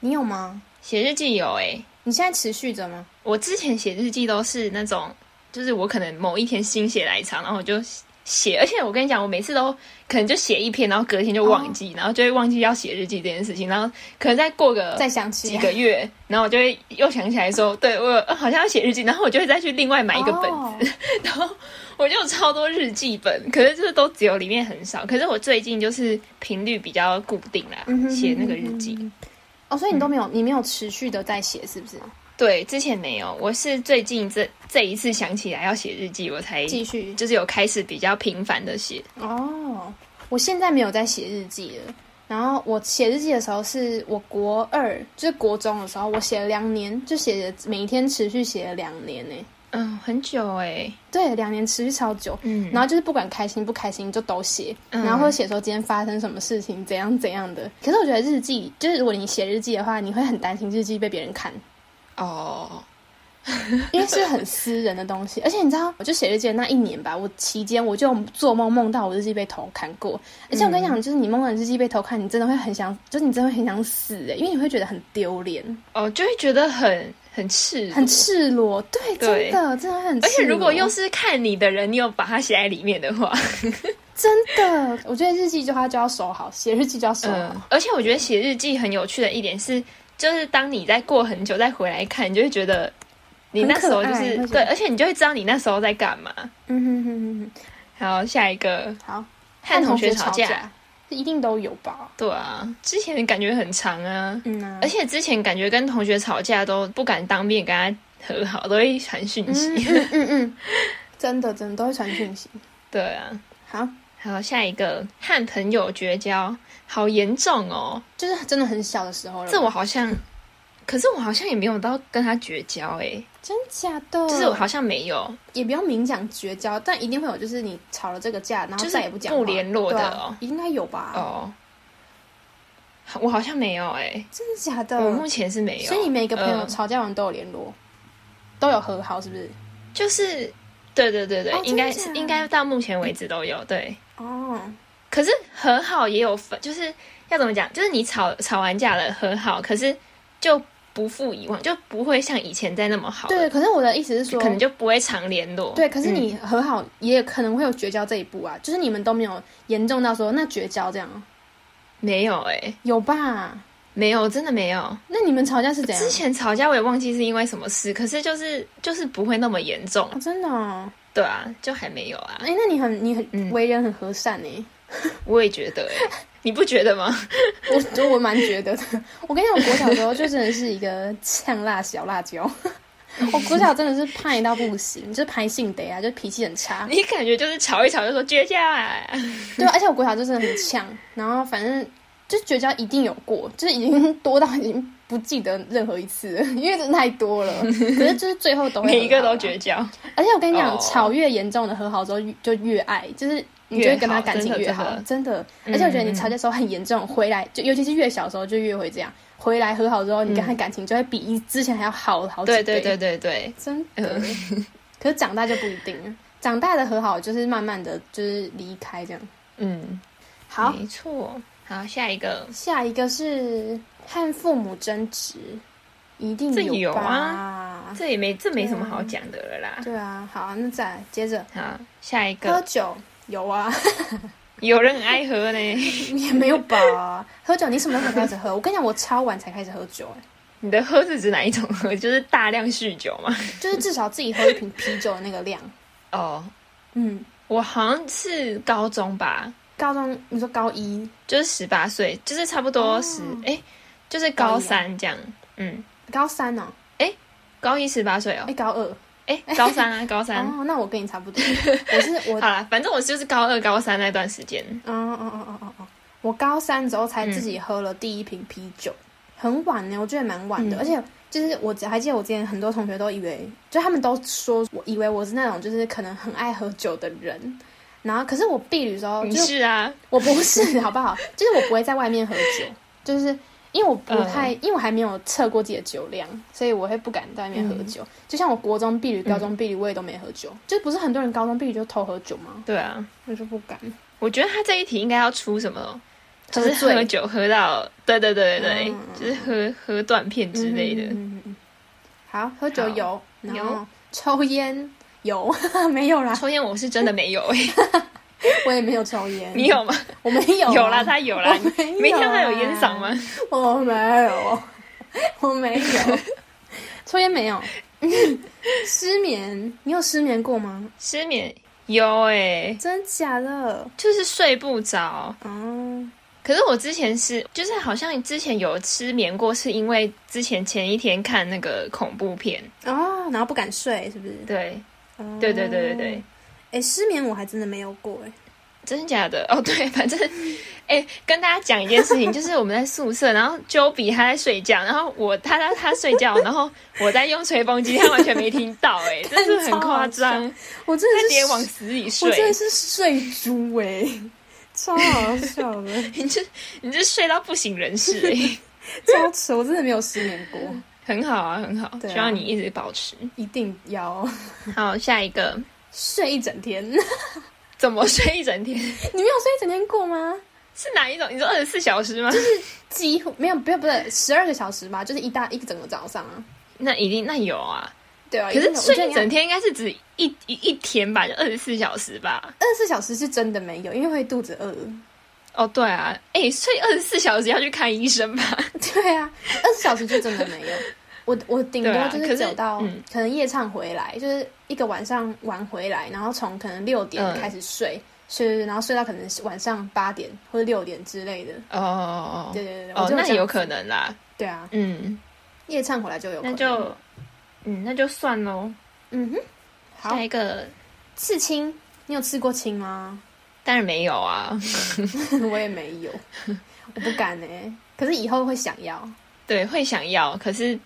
[SPEAKER 2] 你有吗？
[SPEAKER 1] 写日记有诶、
[SPEAKER 2] 你现在持续着吗？
[SPEAKER 1] 我之前写日记都是那种，就是我可能某一天心血来潮，然后我就写，而且我跟你讲，我每次都可能就写一篇，然后隔天就忘记，然后就会忘记要写日记这件事情，然后可能再过个
[SPEAKER 2] 再想起
[SPEAKER 1] 呃几个月， 然后我就会又想起来说，对我有呃好像要写日记，然后我就会再去另外买一个本，
[SPEAKER 2] 哦
[SPEAKER 1] 然后我就有超多日记本，可是就是都只有里面很少。可是我最近就是频率比较固定啦
[SPEAKER 2] 嗯哼，哼
[SPEAKER 1] 写那个日记。
[SPEAKER 2] 哦，所以你都没有，你没有持续的在写，是不是？
[SPEAKER 1] 嗯对，之前没有，我是最近这这一次想起来要写日记，我才
[SPEAKER 2] 继续
[SPEAKER 1] 就是有开始比较频繁的写。
[SPEAKER 2] 哦，我现在没有在写日记了。然后我写日记的时候是我国二，就是国中的时候，我写了两年，就写了每天持续写了两年呢、
[SPEAKER 1] 嗯，很久哎、
[SPEAKER 2] 对，两年持续超久。
[SPEAKER 1] 嗯，
[SPEAKER 2] 然后就是不管开心不开心就都写，
[SPEAKER 1] 嗯
[SPEAKER 2] 然后会写说今天发生什么事情，怎样怎样的。可是我觉得日记，就是如果你写日记的话，你会很担心日记被别人看，
[SPEAKER 1] 哦，
[SPEAKER 2] 因为是很私人的东西， 而且你知道，我就写日记的那一年吧，我期间我就做梦梦到我日记被偷看过，而
[SPEAKER 1] 嗯
[SPEAKER 2] 且我跟你讲，就是你梦到你日记被偷看，你真的会很想，就是你真的会很想死、欸，因为你会觉得很丢脸，
[SPEAKER 1] 哦，就会觉得很很赤裸
[SPEAKER 2] 很赤裸，对，
[SPEAKER 1] 对
[SPEAKER 2] 真的真的会很赤
[SPEAKER 1] 而
[SPEAKER 2] 裸，
[SPEAKER 1] 且如果又是看你的人，你有把它写在里面的话，
[SPEAKER 2] 真的，我觉得日记就它就要守好，写日记就要守好，
[SPEAKER 1] 嗯，而且我觉得写日记很有趣的一点是，就是当你在过很久再回来看，你就会觉得你那时候就
[SPEAKER 2] 很可爱
[SPEAKER 1] 是
[SPEAKER 2] 会觉得
[SPEAKER 1] 对，而且你就会知道你那时候在干嘛。
[SPEAKER 2] 嗯哼哼哼哼。
[SPEAKER 1] 好，下一个
[SPEAKER 2] 好，
[SPEAKER 1] 和同学
[SPEAKER 2] 吵
[SPEAKER 1] 吵，
[SPEAKER 2] 这一定都有吧？
[SPEAKER 1] 对啊，之前感觉很长啊，
[SPEAKER 2] 嗯啊
[SPEAKER 1] 而且之前感觉跟同学吵架都不敢当面跟他和好，都会传 讯息。
[SPEAKER 2] 嗯嗯嗯嗯，真的真的都会传讯息。
[SPEAKER 1] 对啊，
[SPEAKER 2] 好，
[SPEAKER 1] 好，下一个和朋友绝交，好严重哦。
[SPEAKER 2] 就是真的很小的时候了。
[SPEAKER 1] 这我好像，可是我好像也没有到跟他绝交欸诶、
[SPEAKER 2] 真假的，
[SPEAKER 1] 就是我好像没有，
[SPEAKER 2] 也不要明讲绝交，但一定会有，就是你吵了这个架，然后
[SPEAKER 1] 就是
[SPEAKER 2] 再也不讲话，
[SPEAKER 1] 不联络的
[SPEAKER 2] 对
[SPEAKER 1] 哦
[SPEAKER 2] 啊，应该有吧？，
[SPEAKER 1] 哦，我好像没有诶、
[SPEAKER 2] 真的假的？
[SPEAKER 1] 我目前是没有。
[SPEAKER 2] 所以你每个朋友
[SPEAKER 1] 嗯
[SPEAKER 2] 吵架完都有联络，都有和好，是不是？
[SPEAKER 1] 就是，对对对对，
[SPEAKER 2] 哦
[SPEAKER 1] 应该
[SPEAKER 2] 真的假
[SPEAKER 1] 是
[SPEAKER 2] 的
[SPEAKER 1] 应该到目前为止都有对。
[SPEAKER 2] 哦，
[SPEAKER 1] 可是和好也有分，就是要怎么讲？就是你吵吵完架了和好，可是就不复以往，就不会像以前再那么好了，
[SPEAKER 2] 对，可是我的意思是说，
[SPEAKER 1] 可能就不会常联络。
[SPEAKER 2] 对，可是
[SPEAKER 1] 嗯
[SPEAKER 2] 你和好也可能会有绝交这一步啊，就是你们都没有严重到说那绝交这样，
[SPEAKER 1] 没有诶、
[SPEAKER 2] 有吧？
[SPEAKER 1] 没有，真的没有。
[SPEAKER 2] 那你们吵架是怎样
[SPEAKER 1] 之？前吵架我也忘记是因为什么事，可是就是就是不会那么严重，
[SPEAKER 2] 哦、真的、哦，
[SPEAKER 1] 对啊，就还没有啊
[SPEAKER 2] 哎、。那你很你很、
[SPEAKER 1] 嗯
[SPEAKER 2] 为人很和善呢、欸
[SPEAKER 1] 我也觉 得、欸，你不觉得吗？
[SPEAKER 2] 我觉得我蛮觉得的。我跟你讲，我国小的时候就真的是一个呛辣小辣椒， 我国小真的是派到不行，就是派性得啊，就脾气很差。
[SPEAKER 1] 你感觉就是吵一吵就说绝交啊，
[SPEAKER 2] 对，而且我国小就真的很呛，然后反正就绝交一定有过，就是已经多到已经不记得任何一次了，因为真的太多了。可是就是最后都会 啊
[SPEAKER 1] 每一个都
[SPEAKER 2] 得。
[SPEAKER 1] 绝交。
[SPEAKER 2] 而且我跟你讲，
[SPEAKER 1] 哦
[SPEAKER 2] 吵越严重的和好之后越就越爱，就是你就
[SPEAKER 1] 越
[SPEAKER 2] 会跟他
[SPEAKER 1] 好
[SPEAKER 2] 感情
[SPEAKER 1] 真的
[SPEAKER 2] 越
[SPEAKER 1] 真
[SPEAKER 2] 好，
[SPEAKER 1] 的
[SPEAKER 2] 真的。
[SPEAKER 1] 嗯
[SPEAKER 2] 而且我觉得你吵架的时候很严重，回来就尤其是越小的时候就越会这样，回来和好之后，你跟他感情就会比一之前还要好好几
[SPEAKER 1] 对
[SPEAKER 2] 倍。
[SPEAKER 1] 对对，呃对对，
[SPEAKER 2] 真的。可是长大就不一定了，长大的和好就是慢慢的就是离开这样。
[SPEAKER 1] 嗯，
[SPEAKER 2] 好，
[SPEAKER 1] 没错。好，下一个
[SPEAKER 2] 下一个是和父母争执，一定
[SPEAKER 1] 这有啊
[SPEAKER 2] 吧？
[SPEAKER 1] 这也没这没什么好讲的了啦。
[SPEAKER 2] 对啊，好啊，那再来接着
[SPEAKER 1] 好，下一
[SPEAKER 2] 啊喝
[SPEAKER 1] 个
[SPEAKER 2] 酒。有啊，
[SPEAKER 1] 有人爱喝呢，
[SPEAKER 2] 也没有吧？喝酒你什么时候开始喝？我跟你讲，我超晚才开始喝酒、哎，
[SPEAKER 1] 你的喝是指哪一种 喝？就是大量酗酒嘛。
[SPEAKER 2] 就是至少自己喝一瓶啤酒的那个量。
[SPEAKER 1] 哦，
[SPEAKER 2] 嗯，
[SPEAKER 1] 我好像是高中吧，
[SPEAKER 2] 高中你说高一，
[SPEAKER 1] 就是十八岁，就是差不多
[SPEAKER 2] 哦
[SPEAKER 1] 十哎、就是
[SPEAKER 2] 高一啊
[SPEAKER 1] 高三这样。嗯，
[SPEAKER 2] 高三哦，
[SPEAKER 1] 高一十八岁哦
[SPEAKER 2] 哎、，高二，
[SPEAKER 1] 哎、高三啊，高三。
[SPEAKER 2] 哦，那我跟你差 不多。我是我，
[SPEAKER 1] 好啦，反正我就是高二、高三那段时间。
[SPEAKER 2] 嗯嗯嗯嗯嗯嗯，我高三之后才自己喝了第一瓶啤酒，很晚欸呢，我觉得蛮晚的，
[SPEAKER 1] 嗯
[SPEAKER 2] 而且。就是我只还记得我之前很多同学都以为，就他们都说我以为我是那种就是可能很爱喝酒的人，然后可是我避旅的时候，
[SPEAKER 1] 你
[SPEAKER 2] 哦就是
[SPEAKER 1] 是啊，
[SPEAKER 2] 我不是， 好不好？就是我不会在外面喝酒，就是因为我不
[SPEAKER 1] 嗯
[SPEAKER 2] 太，因为我还没有测过自己的酒量，所以我会不敢在外面喝
[SPEAKER 1] 嗯
[SPEAKER 2] 酒。就像我国中避旅、高中避旅，我也都没喝酒。就不是很多人高中避旅就偷喝酒吗？
[SPEAKER 1] 对啊，
[SPEAKER 2] 我就不敢。
[SPEAKER 1] 我觉得他这一题应该要出什么，就
[SPEAKER 2] 喝
[SPEAKER 1] 是
[SPEAKER 2] 醉
[SPEAKER 1] 喝酒喝到，对对对对对，
[SPEAKER 2] 嗯
[SPEAKER 1] 就是喝喝断片之类的。
[SPEAKER 2] 嗯嗯嗯嗯好，喝酒
[SPEAKER 1] 好
[SPEAKER 2] 有，然后
[SPEAKER 1] 有
[SPEAKER 2] 抽烟有， 没有啦，
[SPEAKER 1] 抽烟我是真的没有 哎、
[SPEAKER 2] 我也没有抽烟。
[SPEAKER 1] 你？有吗？
[SPEAKER 2] 我没有啊。
[SPEAKER 1] 有啦，他有啦。
[SPEAKER 2] 我没有啊
[SPEAKER 1] 你没看他有烟嗓吗？
[SPEAKER 2] 我哦没有，我没有， 抽烟没有，失眠，你有失眠过吗？
[SPEAKER 1] 失眠有哎、
[SPEAKER 2] 真假的？
[SPEAKER 1] 就是睡不着。
[SPEAKER 2] 哦，
[SPEAKER 1] 可是我之前是，就是好像之前有失眠过，是因为之前前一天看那个恐怖片。
[SPEAKER 2] 哦，然后不敢睡，是不是？
[SPEAKER 1] 对，
[SPEAKER 2] 哦
[SPEAKER 1] 对对对对对。。
[SPEAKER 2] 哎，失眠我还真的没有过，哎，
[SPEAKER 1] 真假的哦，对， 反正，哎、跟大家讲一件事 情，就是我们在宿舍，然后 Joe 比他在睡觉，然后我他他他睡觉，然后我在用吹风机，他完全没听到、 哎，真是很夸张，
[SPEAKER 2] 我真
[SPEAKER 1] 他
[SPEAKER 2] 的
[SPEAKER 1] 直接
[SPEAKER 2] 是，
[SPEAKER 1] 往死里
[SPEAKER 2] 我真
[SPEAKER 1] 睡
[SPEAKER 2] 的，是睡猪哎， 超好笑的，
[SPEAKER 1] 你这你这睡到不省人事、哎，
[SPEAKER 2] 超扯，我真的没有失眠过。
[SPEAKER 1] 很好啊，很好，
[SPEAKER 2] 对啊
[SPEAKER 1] 希望你一直保持。
[SPEAKER 2] 一定要
[SPEAKER 1] 好，下一个
[SPEAKER 2] 睡一整天。你没 有
[SPEAKER 1] 怎么睡一整天？
[SPEAKER 2] 睡一整天过吗？
[SPEAKER 1] 是哪一种？你说二十四小时吗？
[SPEAKER 2] 几乎没有，不是不是十二个小时吧，就是一大一整个早上啊。
[SPEAKER 1] 那一定那有啊，
[SPEAKER 2] 对啊，
[SPEAKER 1] 可是睡一整
[SPEAKER 2] 天
[SPEAKER 1] 天应该是指一一一天吧，就二十四小时吧。
[SPEAKER 2] 二十四小时是真的没有，因为会肚子 饿。
[SPEAKER 1] 哦，对啊，哎、睡二十四小时要去看医生吧？
[SPEAKER 2] 对啊，二十小时就真的没有。我我顶
[SPEAKER 1] 对
[SPEAKER 2] 多
[SPEAKER 1] 啊
[SPEAKER 2] 就
[SPEAKER 1] 可是
[SPEAKER 2] 是走到
[SPEAKER 1] 嗯
[SPEAKER 2] 可能夜唱回来，就是一个晚上玩回来，然后从可能六点
[SPEAKER 1] 嗯
[SPEAKER 2] 开始睡，睡睡睡然后睡到可能是晚上八点或者六点之类的。
[SPEAKER 1] 哦
[SPEAKER 2] 对对对，
[SPEAKER 1] 哦
[SPEAKER 2] 我，就
[SPEAKER 1] 那
[SPEAKER 2] 这样
[SPEAKER 1] 有可能啦。
[SPEAKER 2] 对啊，
[SPEAKER 1] 嗯，
[SPEAKER 2] 夜唱回来就有
[SPEAKER 1] 那
[SPEAKER 2] 可能。
[SPEAKER 1] 就嗯那就算喽。
[SPEAKER 2] 嗯哼，好
[SPEAKER 1] 下，一个
[SPEAKER 2] 刺青，你有刺过青吗？
[SPEAKER 1] 当然没有啊，
[SPEAKER 2] 我也没有，我不敢呢、欸可是以后会想要。
[SPEAKER 1] 对，会想要，可是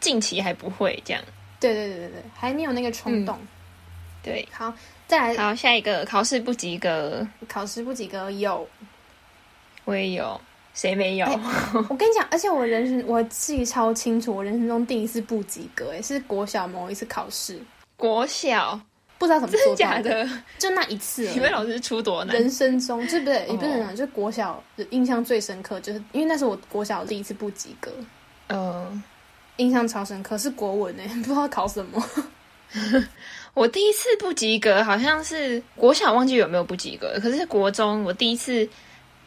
[SPEAKER 1] 近期还不会这样。
[SPEAKER 2] 对对对对对，还你有那个
[SPEAKER 1] 嗯
[SPEAKER 2] 冲动。
[SPEAKER 1] 对，
[SPEAKER 2] 好，再来
[SPEAKER 1] 好，下一个考试不及格，
[SPEAKER 2] 考试不及格有，
[SPEAKER 1] 我也有，谁没 有？
[SPEAKER 2] 哎我跟你讲，而且我人生我记超清楚，我人生中第一次不及格，哎，是国小某一次考试，
[SPEAKER 1] 国小，
[SPEAKER 2] 不知道怎么
[SPEAKER 1] 真
[SPEAKER 2] 做
[SPEAKER 1] 的
[SPEAKER 2] 出
[SPEAKER 1] 假
[SPEAKER 2] 来
[SPEAKER 1] 的？
[SPEAKER 2] 就那一次而 已。
[SPEAKER 1] 你们老师出多难？
[SPEAKER 2] 人生中，就不是也不是
[SPEAKER 1] 哦
[SPEAKER 2] 人生，就是国小印象最深刻，就是因为那是我国小第一次不及格，
[SPEAKER 1] 嗯，
[SPEAKER 2] 印象超深刻，是国文哎， 不知道考什么。
[SPEAKER 1] 我第一次不及格好像是国小忘记有没有不及格，可是国中我第一次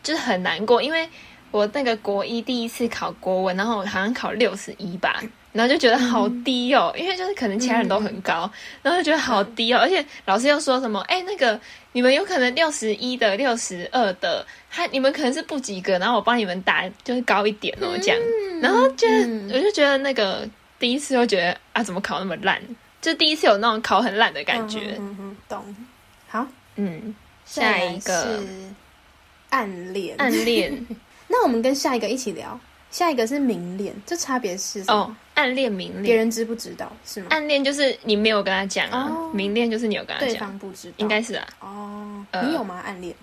[SPEAKER 1] 就是很难过，因为我那个国一第一次考国文，然后我好像考六十一吧。然后就觉得好低哦，因为就是可能其他人都很高，然后就觉得好低哦，而且老师又说什么，哎，那个你们有可能六十一的、六十二的，他你们可能是不及格，然后我帮你们打就是高一点哦，这样。然后就、
[SPEAKER 2] 嗯
[SPEAKER 1] 我就觉得那个第一次就觉得啊，怎么考那么烂？就第一次有那种考很烂的感觉。
[SPEAKER 2] 嗯嗯嗯 懂。好，
[SPEAKER 1] 嗯，
[SPEAKER 2] 再
[SPEAKER 1] 下
[SPEAKER 2] 来
[SPEAKER 1] 一个
[SPEAKER 2] 是暗恋，
[SPEAKER 1] 暗 恋
[SPEAKER 2] 那我们跟下一个一起聊，下一个是明恋，这差别是什么
[SPEAKER 1] 哦，暗恋明
[SPEAKER 2] 别
[SPEAKER 1] 恋，
[SPEAKER 2] 人知不知道是吗？
[SPEAKER 1] 暗恋就是你没有跟他讲啊，
[SPEAKER 2] 哦
[SPEAKER 1] 明恋就是你有跟他
[SPEAKER 2] 对
[SPEAKER 1] 讲，
[SPEAKER 2] 方不知道，
[SPEAKER 1] 应该是啊。
[SPEAKER 2] 哦。
[SPEAKER 1] 呃
[SPEAKER 2] 你有吗？暗恋？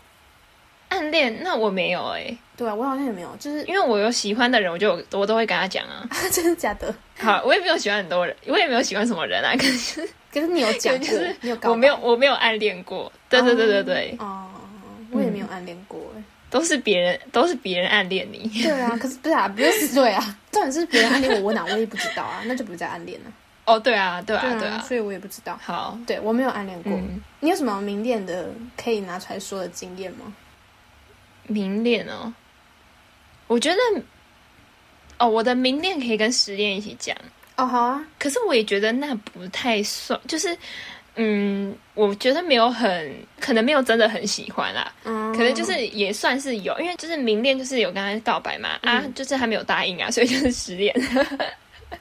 [SPEAKER 1] 暗恋那我没有哎、
[SPEAKER 2] 对啊，我好像也没有，就是
[SPEAKER 1] 因为我有喜欢的人，我就我都会跟他讲啊。
[SPEAKER 2] 真的假的？
[SPEAKER 1] 好，我也没有喜欢很多人，我也没有喜欢什么人啊，可是
[SPEAKER 2] 可是你有讲过，
[SPEAKER 1] 就是
[SPEAKER 2] 你有告白
[SPEAKER 1] 我没有我没有暗恋过。对对对对对，
[SPEAKER 2] 哦，
[SPEAKER 1] 嗯
[SPEAKER 2] 我也没有暗恋过哎。
[SPEAKER 1] 都是别人都是别人暗恋你。
[SPEAKER 2] 对啊，可是不是啊，不是对啊， 重点是别人暗恋我，我哪我也不知道啊， 那就不是在暗恋了。
[SPEAKER 1] 哦，对啊，对啊，对
[SPEAKER 2] 啊，
[SPEAKER 1] 啊。
[SPEAKER 2] 所以我也不知道。
[SPEAKER 1] 好，
[SPEAKER 2] 对我没有暗恋过，
[SPEAKER 1] 嗯，
[SPEAKER 2] 你有什么明恋的可以拿出来说的经验吗？
[SPEAKER 1] 明恋哦，我觉得，哦，我的明恋可以跟失恋一起讲，
[SPEAKER 2] 哦，好啊，
[SPEAKER 1] 可是我也觉得那不太算，就是，嗯，我觉得没有很，可能没有真的很喜欢啦，
[SPEAKER 2] 嗯，
[SPEAKER 1] 可能就是也算是有，因为就是明恋就是有跟他告白嘛，啊，
[SPEAKER 2] 嗯
[SPEAKER 1] 就是还没有答应啊，所以 就是失恋，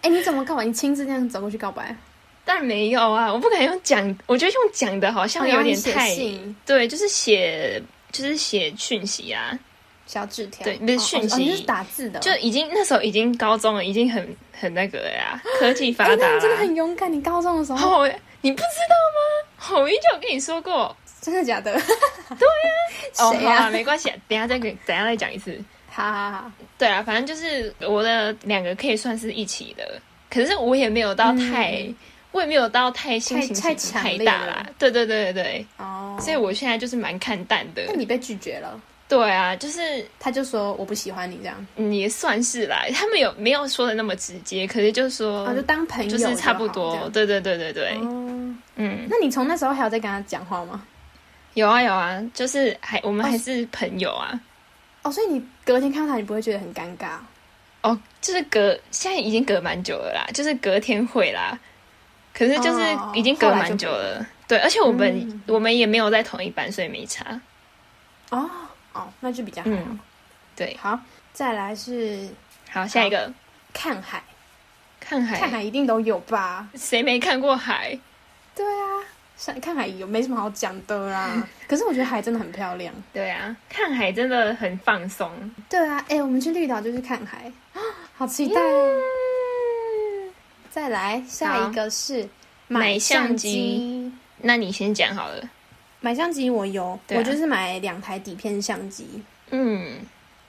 [SPEAKER 2] 哎，你怎么告白？你亲自这样走过去告白？
[SPEAKER 1] 但没有啊，我不敢用讲，我觉得用讲的好像
[SPEAKER 2] 哦
[SPEAKER 1] 有
[SPEAKER 2] 然后你
[SPEAKER 1] 点
[SPEAKER 2] 写
[SPEAKER 1] 太，
[SPEAKER 2] 信
[SPEAKER 1] 对，就是写。就是写讯息啊，
[SPEAKER 2] 小纸条，
[SPEAKER 1] 对不是
[SPEAKER 2] 哦
[SPEAKER 1] 讯
[SPEAKER 2] 哦哦你
[SPEAKER 1] 息
[SPEAKER 2] 是打字的哦，
[SPEAKER 1] 就已经那时候已经高中了，已经很很那个了呀，科技
[SPEAKER 2] 哎
[SPEAKER 1] 发达
[SPEAKER 2] 那你真的
[SPEAKER 1] 啦。
[SPEAKER 2] 很勇敢。你高中的时候，
[SPEAKER 1] 好，你不知道吗？我一就有跟你说过，
[SPEAKER 2] 真的假的？
[SPEAKER 1] 哦，
[SPEAKER 2] 谁
[SPEAKER 1] 好
[SPEAKER 2] 啊
[SPEAKER 1] 啦， 没关系，等一下再给，等一下再讲一次。
[SPEAKER 2] 好好好，
[SPEAKER 1] 对啊，反正就是我的两个可以算是一起的，可是我也没有到太，
[SPEAKER 2] 嗯
[SPEAKER 1] 我也没有到太心情
[SPEAKER 2] 太太
[SPEAKER 1] 起伏太
[SPEAKER 2] 强烈
[SPEAKER 1] 大
[SPEAKER 2] 了
[SPEAKER 1] 啦。对对对对对，
[SPEAKER 2] 哦，
[SPEAKER 1] 所以我现在就是蛮看淡的
[SPEAKER 2] 那。你被拒绝了，
[SPEAKER 1] 对啊，就是
[SPEAKER 2] 他就说我不喜欢你这样，
[SPEAKER 1] 嗯也算是啦，他们有没有说的那么直接，可是就是说、
[SPEAKER 2] 啊，就当朋友
[SPEAKER 1] 哦就是差不
[SPEAKER 2] 好
[SPEAKER 1] 多。
[SPEAKER 2] 这
[SPEAKER 1] 对对对对对，
[SPEAKER 2] 样哦，
[SPEAKER 1] 嗯。
[SPEAKER 2] 那你从那时候还有在跟他讲话吗？
[SPEAKER 1] 有啊有啊，就是还我们还是朋友啊。
[SPEAKER 2] 哦，所以你隔天看到他，你不会觉得很尴尬？
[SPEAKER 1] 哦，就是隔现在已经隔蛮久了啦，就是隔天会啦。可是就是
[SPEAKER 2] 哦
[SPEAKER 1] 已经隔蛮久了，对，而且我们、
[SPEAKER 2] 嗯
[SPEAKER 1] 我们也没有在同一班，所以没差。
[SPEAKER 2] 哦哦，那就比较好。
[SPEAKER 1] 嗯，对，
[SPEAKER 2] 好，再来是
[SPEAKER 1] 好，下一个
[SPEAKER 2] 看海，
[SPEAKER 1] 看海，
[SPEAKER 2] 看海一定都有吧？
[SPEAKER 1] 谁没看过海？
[SPEAKER 2] 对啊，像看海有没什么好讲的 啦。可是我觉得海真的很漂亮。
[SPEAKER 1] 对啊，看海真的很放松。
[SPEAKER 2] 对啊，哎、我们去绿岛就是看海， 啊好期待哦！再来下一个是
[SPEAKER 1] 买相机
[SPEAKER 2] 机。
[SPEAKER 1] 那你先讲好了。
[SPEAKER 2] 买相机我有，
[SPEAKER 1] 对啊
[SPEAKER 2] 我就是买两台底片相机，
[SPEAKER 1] 嗯，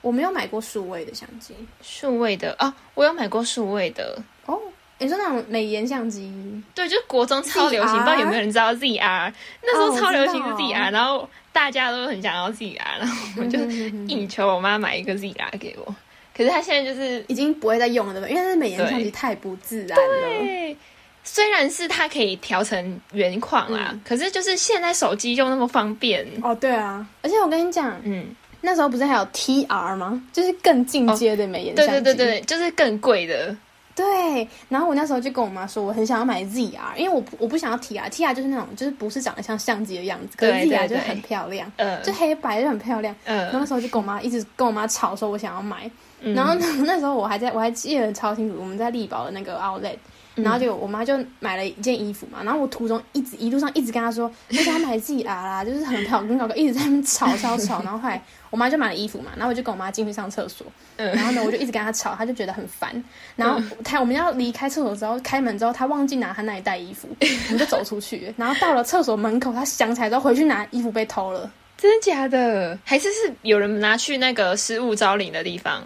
[SPEAKER 2] 我没有买过数位的相机。
[SPEAKER 1] 数位的哦，我有买过数位的，
[SPEAKER 2] 哦，你说那种美颜相机，
[SPEAKER 1] 对，就是国中超流行，
[SPEAKER 2] ZR
[SPEAKER 1] 不知道有没有人知道 ZR？那时
[SPEAKER 2] 哦
[SPEAKER 1] 候
[SPEAKER 2] 我
[SPEAKER 1] 超流
[SPEAKER 2] 知
[SPEAKER 1] 行是
[SPEAKER 2] 道
[SPEAKER 1] ZR，然后大家都很想要 ZR，然后我嗯
[SPEAKER 2] 嗯
[SPEAKER 1] 就硬求我妈买一个 ZR 给我。可是她现在就是
[SPEAKER 2] 已经不会再用了，对不对因为那美颜相
[SPEAKER 1] 对
[SPEAKER 2] 机太不自然了。
[SPEAKER 1] 对，虽然是它可以调成原框啦，
[SPEAKER 2] 嗯
[SPEAKER 1] 可是就是现在手机又那么方便，
[SPEAKER 2] 哦，对啊，而且我跟你讲，
[SPEAKER 1] 嗯，
[SPEAKER 2] 那时候不是还有 TR 吗？就是更进阶的美颜相
[SPEAKER 1] 对
[SPEAKER 2] 机、
[SPEAKER 1] 对对对，就是更贵的，
[SPEAKER 2] 对，然后我那时候就跟我妈说，我很想要买 ZR，因为我不我不想要 TR，TR 就是那种就是不是长得像相机的样子，可是
[SPEAKER 1] 对对
[SPEAKER 2] ZR 就是
[SPEAKER 1] 对
[SPEAKER 2] 很漂亮，
[SPEAKER 1] 呃
[SPEAKER 2] 就黑白就很漂亮。然后那
[SPEAKER 1] 呃，
[SPEAKER 2] 时候就跟我妈一直跟我妈吵说，我想要买。
[SPEAKER 1] 嗯
[SPEAKER 2] 然后呢那时候我还在我还记得超清楚，我们在力宝的那个 outlet，然后就
[SPEAKER 1] 嗯
[SPEAKER 2] 我妈就买了一件衣服嘛，然后我途中一直一路上一直跟她说，我想要买 ZR 啦，就是很漂亮，跟搞哥一直在那边吵吵吵，然后后来我妈就买了衣服嘛，然后我就跟我妈进去上厕所，
[SPEAKER 1] 嗯
[SPEAKER 2] 然后呢我就一直跟她吵，她就觉得很烦，然后她我们要离开厕所之后，开门之后她忘记拿她那一袋衣服，我们就走出去，然后到了厕所门口，她想起来之后回去拿衣服被偷了。
[SPEAKER 1] 真的假的？还是是有人拿去那个失物招领的地方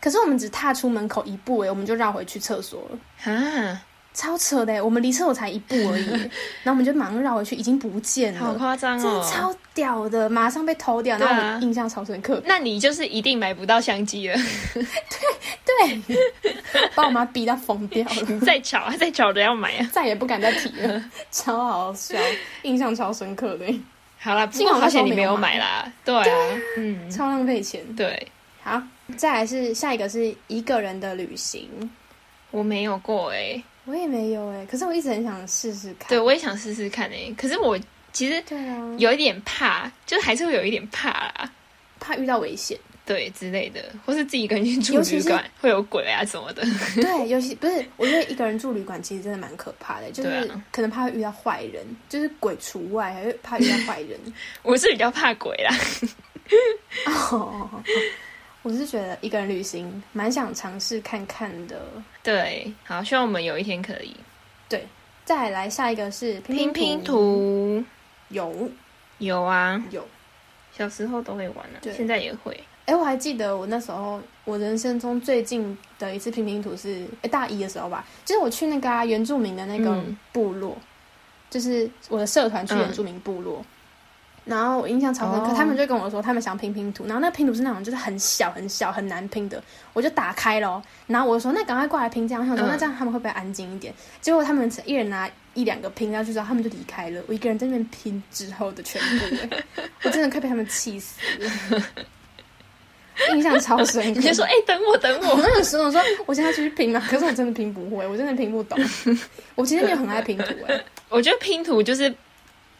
[SPEAKER 2] 可是我们只踏出门口一步、欸，我们就绕回去厕所了。
[SPEAKER 1] 啊？
[SPEAKER 2] 超扯的欸、我们离厕所才一步而已 欸，然后我们就马上绕回去，已经不见
[SPEAKER 1] 好
[SPEAKER 2] 了，
[SPEAKER 1] 夸张
[SPEAKER 2] 嗯真
[SPEAKER 1] 哦
[SPEAKER 2] 的！超屌的，马上被偷掉，
[SPEAKER 1] 对
[SPEAKER 2] 然
[SPEAKER 1] 啊
[SPEAKER 2] 后我印象超深刻，
[SPEAKER 1] 那你就是一定买不到相机 了，
[SPEAKER 2] 把我妈逼到疯掉 了，
[SPEAKER 1] 再吵啊，再吵着要买啊。
[SPEAKER 2] 再也不敢再提了，超好笑，印象超深刻的欸，
[SPEAKER 1] 好啦，不
[SPEAKER 2] 幸
[SPEAKER 1] 过
[SPEAKER 2] 好
[SPEAKER 1] 好险你
[SPEAKER 2] 那
[SPEAKER 1] 没
[SPEAKER 2] 时候没
[SPEAKER 1] 有
[SPEAKER 2] 有
[SPEAKER 1] 买
[SPEAKER 2] 买
[SPEAKER 1] 啦。对啊，嗯，
[SPEAKER 2] 超浪费钱。
[SPEAKER 1] 对，
[SPEAKER 2] 好，再来是下一个是一个人的旅行，
[SPEAKER 1] 我没有过哎，
[SPEAKER 2] 我也没有哎、可是我一直很想试试看。
[SPEAKER 1] 对我也想试试看哎，可是我其实
[SPEAKER 2] 对啊，
[SPEAKER 1] 有一点怕，就是还是会有一点怕啦，
[SPEAKER 2] 怕遇到危险。
[SPEAKER 1] 对之类的，或是自己一个人去住
[SPEAKER 2] 尤其
[SPEAKER 1] 旅
[SPEAKER 2] 是
[SPEAKER 1] 馆会有鬼啊什么的。
[SPEAKER 2] 对，尤其不是，我觉得一个人住旅馆其实真的蛮可怕的，就
[SPEAKER 1] 对
[SPEAKER 2] 是
[SPEAKER 1] 啊
[SPEAKER 2] 可能怕会遇到坏人，就是鬼除外，还会怕遇到坏 人。
[SPEAKER 1] 我是比较怕鬼啦，
[SPEAKER 2] 哦，我是觉得一个人旅行蛮想尝试看看的。
[SPEAKER 1] 对，好，希望我们有一天可以
[SPEAKER 2] 再来下一个是拼
[SPEAKER 1] 拼拼
[SPEAKER 2] 图，
[SPEAKER 1] 图。
[SPEAKER 2] 有
[SPEAKER 1] 有啊，
[SPEAKER 2] 有。
[SPEAKER 1] 小时候都会玩啊，
[SPEAKER 2] 对
[SPEAKER 1] 现在也会。
[SPEAKER 2] 哎，我还记得我那时候，我人生中最近的一次拼拼图是哎大一的时候吧，就是我去那个、啊、原住民的那个
[SPEAKER 1] 嗯
[SPEAKER 2] 部落，就是我的社团去原住民部落，然后我印象超深刻，
[SPEAKER 1] 哦
[SPEAKER 2] 他们就跟我说他们想拼拼图，然后那拼图是那种就是很小很小很难拼的，我就打开了哦，然后我就说那赶快过来拼这样，我想说、
[SPEAKER 1] 嗯
[SPEAKER 2] 那这样他们会不会安静一点？结果他们一人拿一两个拼下去之后，他们就离开了，我一个人在那边拼之后的全部、哎 我真的快被他们气死了。印象超深刻，
[SPEAKER 1] 你就说：“哎、等我，等
[SPEAKER 2] 我
[SPEAKER 1] 我。
[SPEAKER 2] 那个时候我说我现在继续拼嘛，可是我真的拼不会，我真的拼不懂。我其实没有很爱拼图哎、”
[SPEAKER 1] 我觉得拼图就是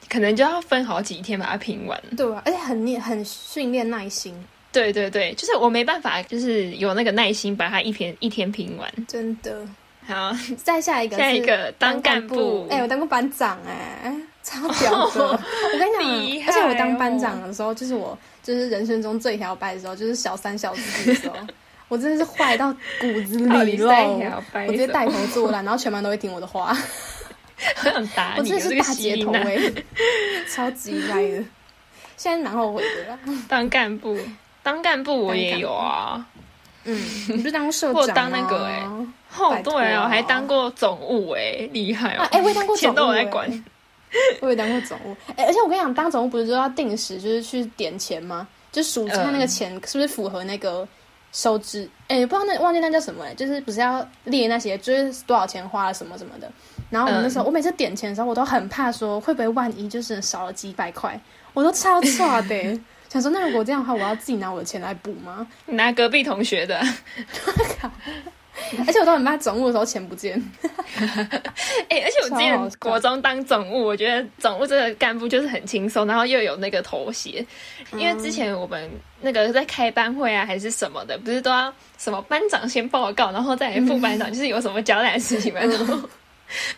[SPEAKER 1] 可能就要分好几天把它拼完。
[SPEAKER 2] 对啊，而且很练很训练耐心，
[SPEAKER 1] 对对对，就是我没办法，就是有那个耐心把它一天一天拼完。
[SPEAKER 2] 真的。
[SPEAKER 1] 好，
[SPEAKER 2] 再下一个是
[SPEAKER 1] 下一个当干部，
[SPEAKER 2] 哎、我当过班长哎、超屌 的！我跟
[SPEAKER 1] 厉
[SPEAKER 2] 你
[SPEAKER 1] 害哦
[SPEAKER 2] 讲，而且我当班长的时候，就是我就是人生中最摇摆的时候，就是小三小四的时候， 我真的是坏到骨子
[SPEAKER 1] 到
[SPEAKER 2] 里
[SPEAKER 1] 底
[SPEAKER 2] 喽。
[SPEAKER 1] 三条白
[SPEAKER 2] 我直接
[SPEAKER 1] 手
[SPEAKER 2] 带头作乱，然后全班都会听我的话，
[SPEAKER 1] 我想打啊
[SPEAKER 2] 我
[SPEAKER 1] 你，
[SPEAKER 2] 真的
[SPEAKER 1] 这
[SPEAKER 2] 是
[SPEAKER 1] 个
[SPEAKER 2] 大
[SPEAKER 1] 吸
[SPEAKER 2] 姐
[SPEAKER 1] 引
[SPEAKER 2] 头
[SPEAKER 1] 啊
[SPEAKER 2] 哎、超级歪的。现在蛮后悔的啦。
[SPEAKER 1] 当干部，当干部我
[SPEAKER 2] 当
[SPEAKER 1] 也
[SPEAKER 2] 干
[SPEAKER 1] 有啊。
[SPEAKER 2] 嗯，你不是当 过社
[SPEAKER 1] 或
[SPEAKER 2] 长
[SPEAKER 1] 当那个
[SPEAKER 2] 哎、
[SPEAKER 1] 欸哦
[SPEAKER 2] 拜，托
[SPEAKER 1] 对啊，我还
[SPEAKER 2] 啊
[SPEAKER 1] 当过总务、哎，厉害哦！
[SPEAKER 2] 啊，哎、我也当过总
[SPEAKER 1] 钱
[SPEAKER 2] 务、
[SPEAKER 1] 都我
[SPEAKER 2] 欸，
[SPEAKER 1] 在管，
[SPEAKER 2] 我也当过总务，哎、而且我跟你讲，当总务不是就要定时就是去点钱吗？就数
[SPEAKER 1] 嗯
[SPEAKER 2] 看那个钱是不是符合那个收支，哎、不知道那忘记那叫什么、哎，就是不是要列那些就是多少钱花了什么什么的。然后我们那时候，我每次点钱的时候，我都很怕说会不会万一就是少了几百块，我都超差的、哎想说，那如果这样的话，我要自己拿我的钱来补吗？
[SPEAKER 1] 你拿隔壁同学的，
[SPEAKER 2] 而且我都很怕总务的时候钱不见。
[SPEAKER 1] 哎、而且我之
[SPEAKER 2] 超好
[SPEAKER 1] 前
[SPEAKER 2] 笑
[SPEAKER 1] 国中当总务，我觉得总务这个干部就是很轻松，然后又有那个头衔，因为之前我们那个在开班会啊还是什么的，不是都要什么班长先报告，然后再来副
[SPEAKER 2] 嗯
[SPEAKER 1] 班长，就是有什么交代的事情 嘛，然后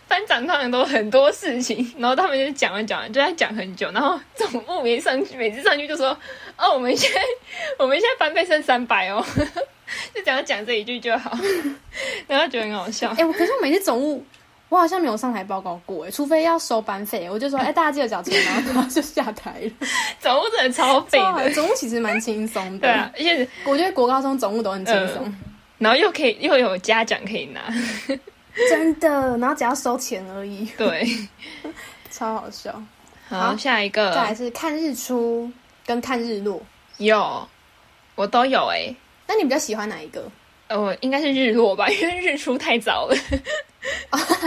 [SPEAKER 1] 班长通常都很多事情，然后他们就讲完讲完就在讲很久，然后总务一上去，每次上去就说，哦，我们现在 我们现在班费剩三百哦， 就只要讲这一句就好， 然后觉得很好笑
[SPEAKER 2] 哎、。我可是我每次总务，我好像没有上台报告过哎，除非要收班费，我就说哎、大家记得缴钱，然后然后就下台了。
[SPEAKER 1] 总务真的超废
[SPEAKER 2] 超
[SPEAKER 1] 的
[SPEAKER 2] 好，，总务其实蛮轻松的，
[SPEAKER 1] 对啊，而且
[SPEAKER 2] 嗯我觉得国高中总务都很轻松。
[SPEAKER 1] 然后又可以又有嘉奖可以拿，
[SPEAKER 2] 真的，然后只要收钱而已，
[SPEAKER 1] 对，
[SPEAKER 2] 超好笑。
[SPEAKER 1] 好，
[SPEAKER 2] 好
[SPEAKER 1] 下一
[SPEAKER 2] 再来
[SPEAKER 1] 个
[SPEAKER 2] 是看日出跟看日落，
[SPEAKER 1] 有，我都有哎、
[SPEAKER 2] 那你比较喜欢哪一个？
[SPEAKER 1] 呃，我应该是日落吧， 因为日出太早了，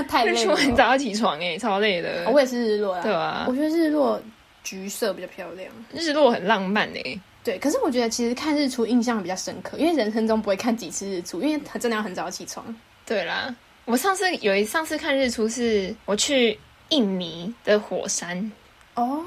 [SPEAKER 2] 太
[SPEAKER 1] 日
[SPEAKER 2] 累
[SPEAKER 1] 出
[SPEAKER 2] 了，
[SPEAKER 1] 很早要起床哎、超累的。
[SPEAKER 2] 哦我也是日落
[SPEAKER 1] 对
[SPEAKER 2] 啦。
[SPEAKER 1] 啊
[SPEAKER 2] 我，觉得日落橘色比较漂亮。
[SPEAKER 1] 日落很浪漫哎、
[SPEAKER 2] 对，可是我觉得其实看日出印象比较深刻，因为人生中不会看几次日出，因为他真的要很早起床。
[SPEAKER 1] 对啦，我上次有一上次看日出是我去印尼的火山，
[SPEAKER 2] 哦，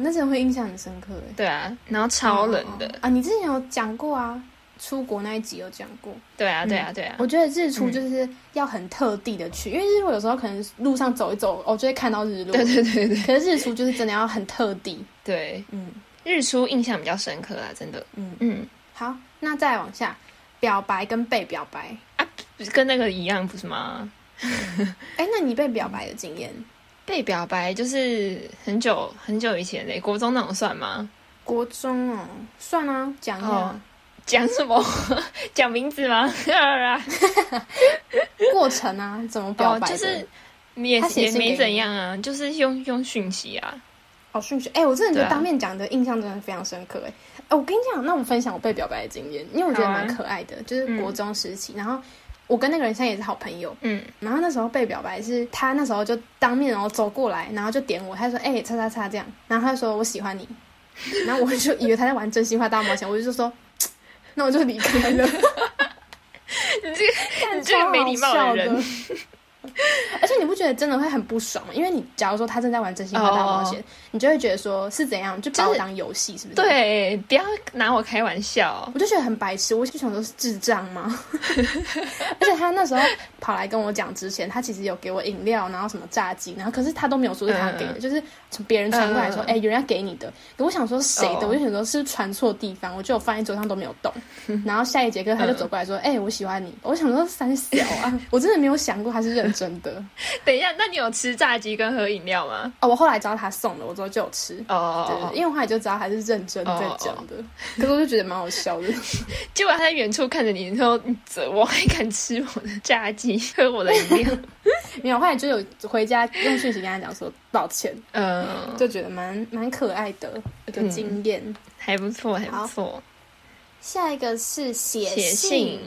[SPEAKER 2] 那真的会印象很深刻哎，
[SPEAKER 1] 对啊，然后超冷的，
[SPEAKER 2] 哦啊！你之前有讲过啊，出国那一集有讲过。
[SPEAKER 1] 对啊，对啊，对啊，
[SPEAKER 2] 嗯我觉得日出就是要很特地的去，因为日落有时候可能路上走一走，哦，就会看到日落。
[SPEAKER 1] 对对对对
[SPEAKER 2] 可是日出就是真的要很特地。
[SPEAKER 1] 对，
[SPEAKER 2] 嗯
[SPEAKER 1] 日出印象比较深刻啊，真的，
[SPEAKER 2] 嗯，
[SPEAKER 1] 嗯，
[SPEAKER 2] 好，那再往下，表白跟被表白。
[SPEAKER 1] 跟那个一样不是吗？
[SPEAKER 2] 哎，那你被表白的经验？
[SPEAKER 1] 被表白就是很久很久以前嘞、国中那种算吗？
[SPEAKER 2] 国中哦，算啊，讲一下。
[SPEAKER 1] 哦讲什么？ 讲名字 吗？啊
[SPEAKER 2] 过程啊，怎么表
[SPEAKER 1] 哦，
[SPEAKER 2] 白的、
[SPEAKER 1] 就是你也
[SPEAKER 2] 他写
[SPEAKER 1] 也
[SPEAKER 2] 信给
[SPEAKER 1] 没
[SPEAKER 2] 你
[SPEAKER 1] 怎样啊，就是用用讯息啊。
[SPEAKER 2] 哦，顺序。哎、我真的觉
[SPEAKER 1] 对
[SPEAKER 2] 得
[SPEAKER 1] 啊
[SPEAKER 2] 当面讲的印象真的非常深刻。哎、哎、我跟你讲，那我分享我被表白的经验，因为我觉得
[SPEAKER 1] 好啊
[SPEAKER 2] 蛮可爱的，就是国中时期，然后。我跟那个人现在也是好朋友，
[SPEAKER 1] 嗯，
[SPEAKER 2] 然后那时候被表白是他那时候就当面然后走过来，然后就点我，他就说哎、叉叉叉这样，然后他就说我喜欢你， 然后我就以为他在玩真心话大冒险，我就说，嘖那我就离开了。
[SPEAKER 1] 你这个
[SPEAKER 2] 干
[SPEAKER 1] 你这个没礼貌的人。
[SPEAKER 2] 超好笑的 而且你不觉得真的会很不爽吗？因为你假如说他正在玩真心话大冒险你就会觉得说是怎样，就
[SPEAKER 1] 就
[SPEAKER 2] 把我
[SPEAKER 1] 哦是
[SPEAKER 2] 当游戏，是不是？，
[SPEAKER 1] 对，不要拿我开玩笑。
[SPEAKER 2] 我就觉得很白痴，我就想说是智障吗？而且他那时候跑来跟我讲之前，他其实有给我饮料，然后什么炸鸡，然后可是他都没有说是他给的，
[SPEAKER 1] 嗯嗯
[SPEAKER 2] 就是从别人传过来说，
[SPEAKER 1] 嗯嗯
[SPEAKER 2] 哎、有人要给你的。可我想说谁的
[SPEAKER 1] 哦
[SPEAKER 2] 我就想说是不是传错地方，我就有放在桌上都没有 动。然后下一节课他就走过来说，
[SPEAKER 1] 嗯
[SPEAKER 2] 哎、我喜欢你。我想说三小 啊，我真的没有想过他是认真的。
[SPEAKER 1] 等一下，那你有吃炸鸡跟喝饮料吗？
[SPEAKER 2] 哦，我后来知道他送的，我之后就有吃。
[SPEAKER 1] 哦哦
[SPEAKER 2] 对，
[SPEAKER 1] 哦
[SPEAKER 2] 因为我后来就知道他是认真在讲的可是我就觉得蛮好笑的。
[SPEAKER 1] 结果他在远处看着你，然后你走我还敢吃我的炸鸡， 喝我的饮 料。
[SPEAKER 2] 没有，后来就有回家用讯息跟他讲说抱歉，
[SPEAKER 1] 嗯，
[SPEAKER 2] 就觉得蛮蛮可爱的一个经验。
[SPEAKER 1] 还不错，还不
[SPEAKER 2] 好
[SPEAKER 1] 错。
[SPEAKER 2] 下一个是写
[SPEAKER 1] 写信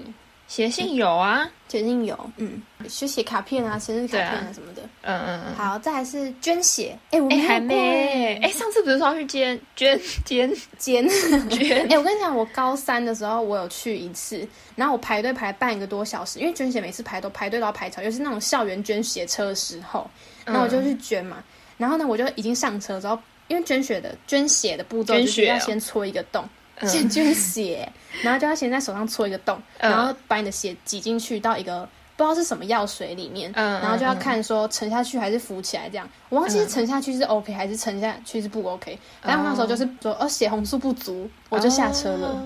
[SPEAKER 1] 写信有啊，
[SPEAKER 2] 写信有，嗯，就写卡片啊，生日卡
[SPEAKER 1] 对
[SPEAKER 2] 片啊
[SPEAKER 1] 啊
[SPEAKER 2] 什么的。
[SPEAKER 1] 嗯嗯嗯。
[SPEAKER 2] 好，再来是捐血，哎、我
[SPEAKER 1] 哎、
[SPEAKER 2] 没有
[SPEAKER 1] 还
[SPEAKER 2] 过
[SPEAKER 1] 没
[SPEAKER 2] 哎
[SPEAKER 1] 哎、上次不是说要去捐捐捐
[SPEAKER 2] 捐。
[SPEAKER 1] 捐
[SPEAKER 2] 哎、？我跟你讲，我高三的时候我有去一次，然后我排队排半个多小时，因为捐血每次排都排队都要排长，尤其是那种校园捐血车的时候，然后我就
[SPEAKER 1] 嗯
[SPEAKER 2] 去捐嘛。然后呢，我就已经上车之后，因为捐血的捐血的步骤
[SPEAKER 1] 捐
[SPEAKER 2] 就是
[SPEAKER 1] 血
[SPEAKER 2] 要
[SPEAKER 1] 哦
[SPEAKER 2] 先戳一个洞，
[SPEAKER 1] 嗯
[SPEAKER 2] 先捐血，然后就要先在手上戳一个洞，
[SPEAKER 1] 嗯
[SPEAKER 2] 然后把你的血挤进去到一个。不知道是什么药水里面，
[SPEAKER 1] 嗯
[SPEAKER 2] 然后就要
[SPEAKER 1] 嗯嗯
[SPEAKER 2] 看说沉下去还是浮起来这样。我忘记是
[SPEAKER 1] 嗯
[SPEAKER 2] 沉下去是 OK 还是沉下去是不 OK。但我那时候就是说，哦，血红素不足，我就下车了。
[SPEAKER 1] 哦。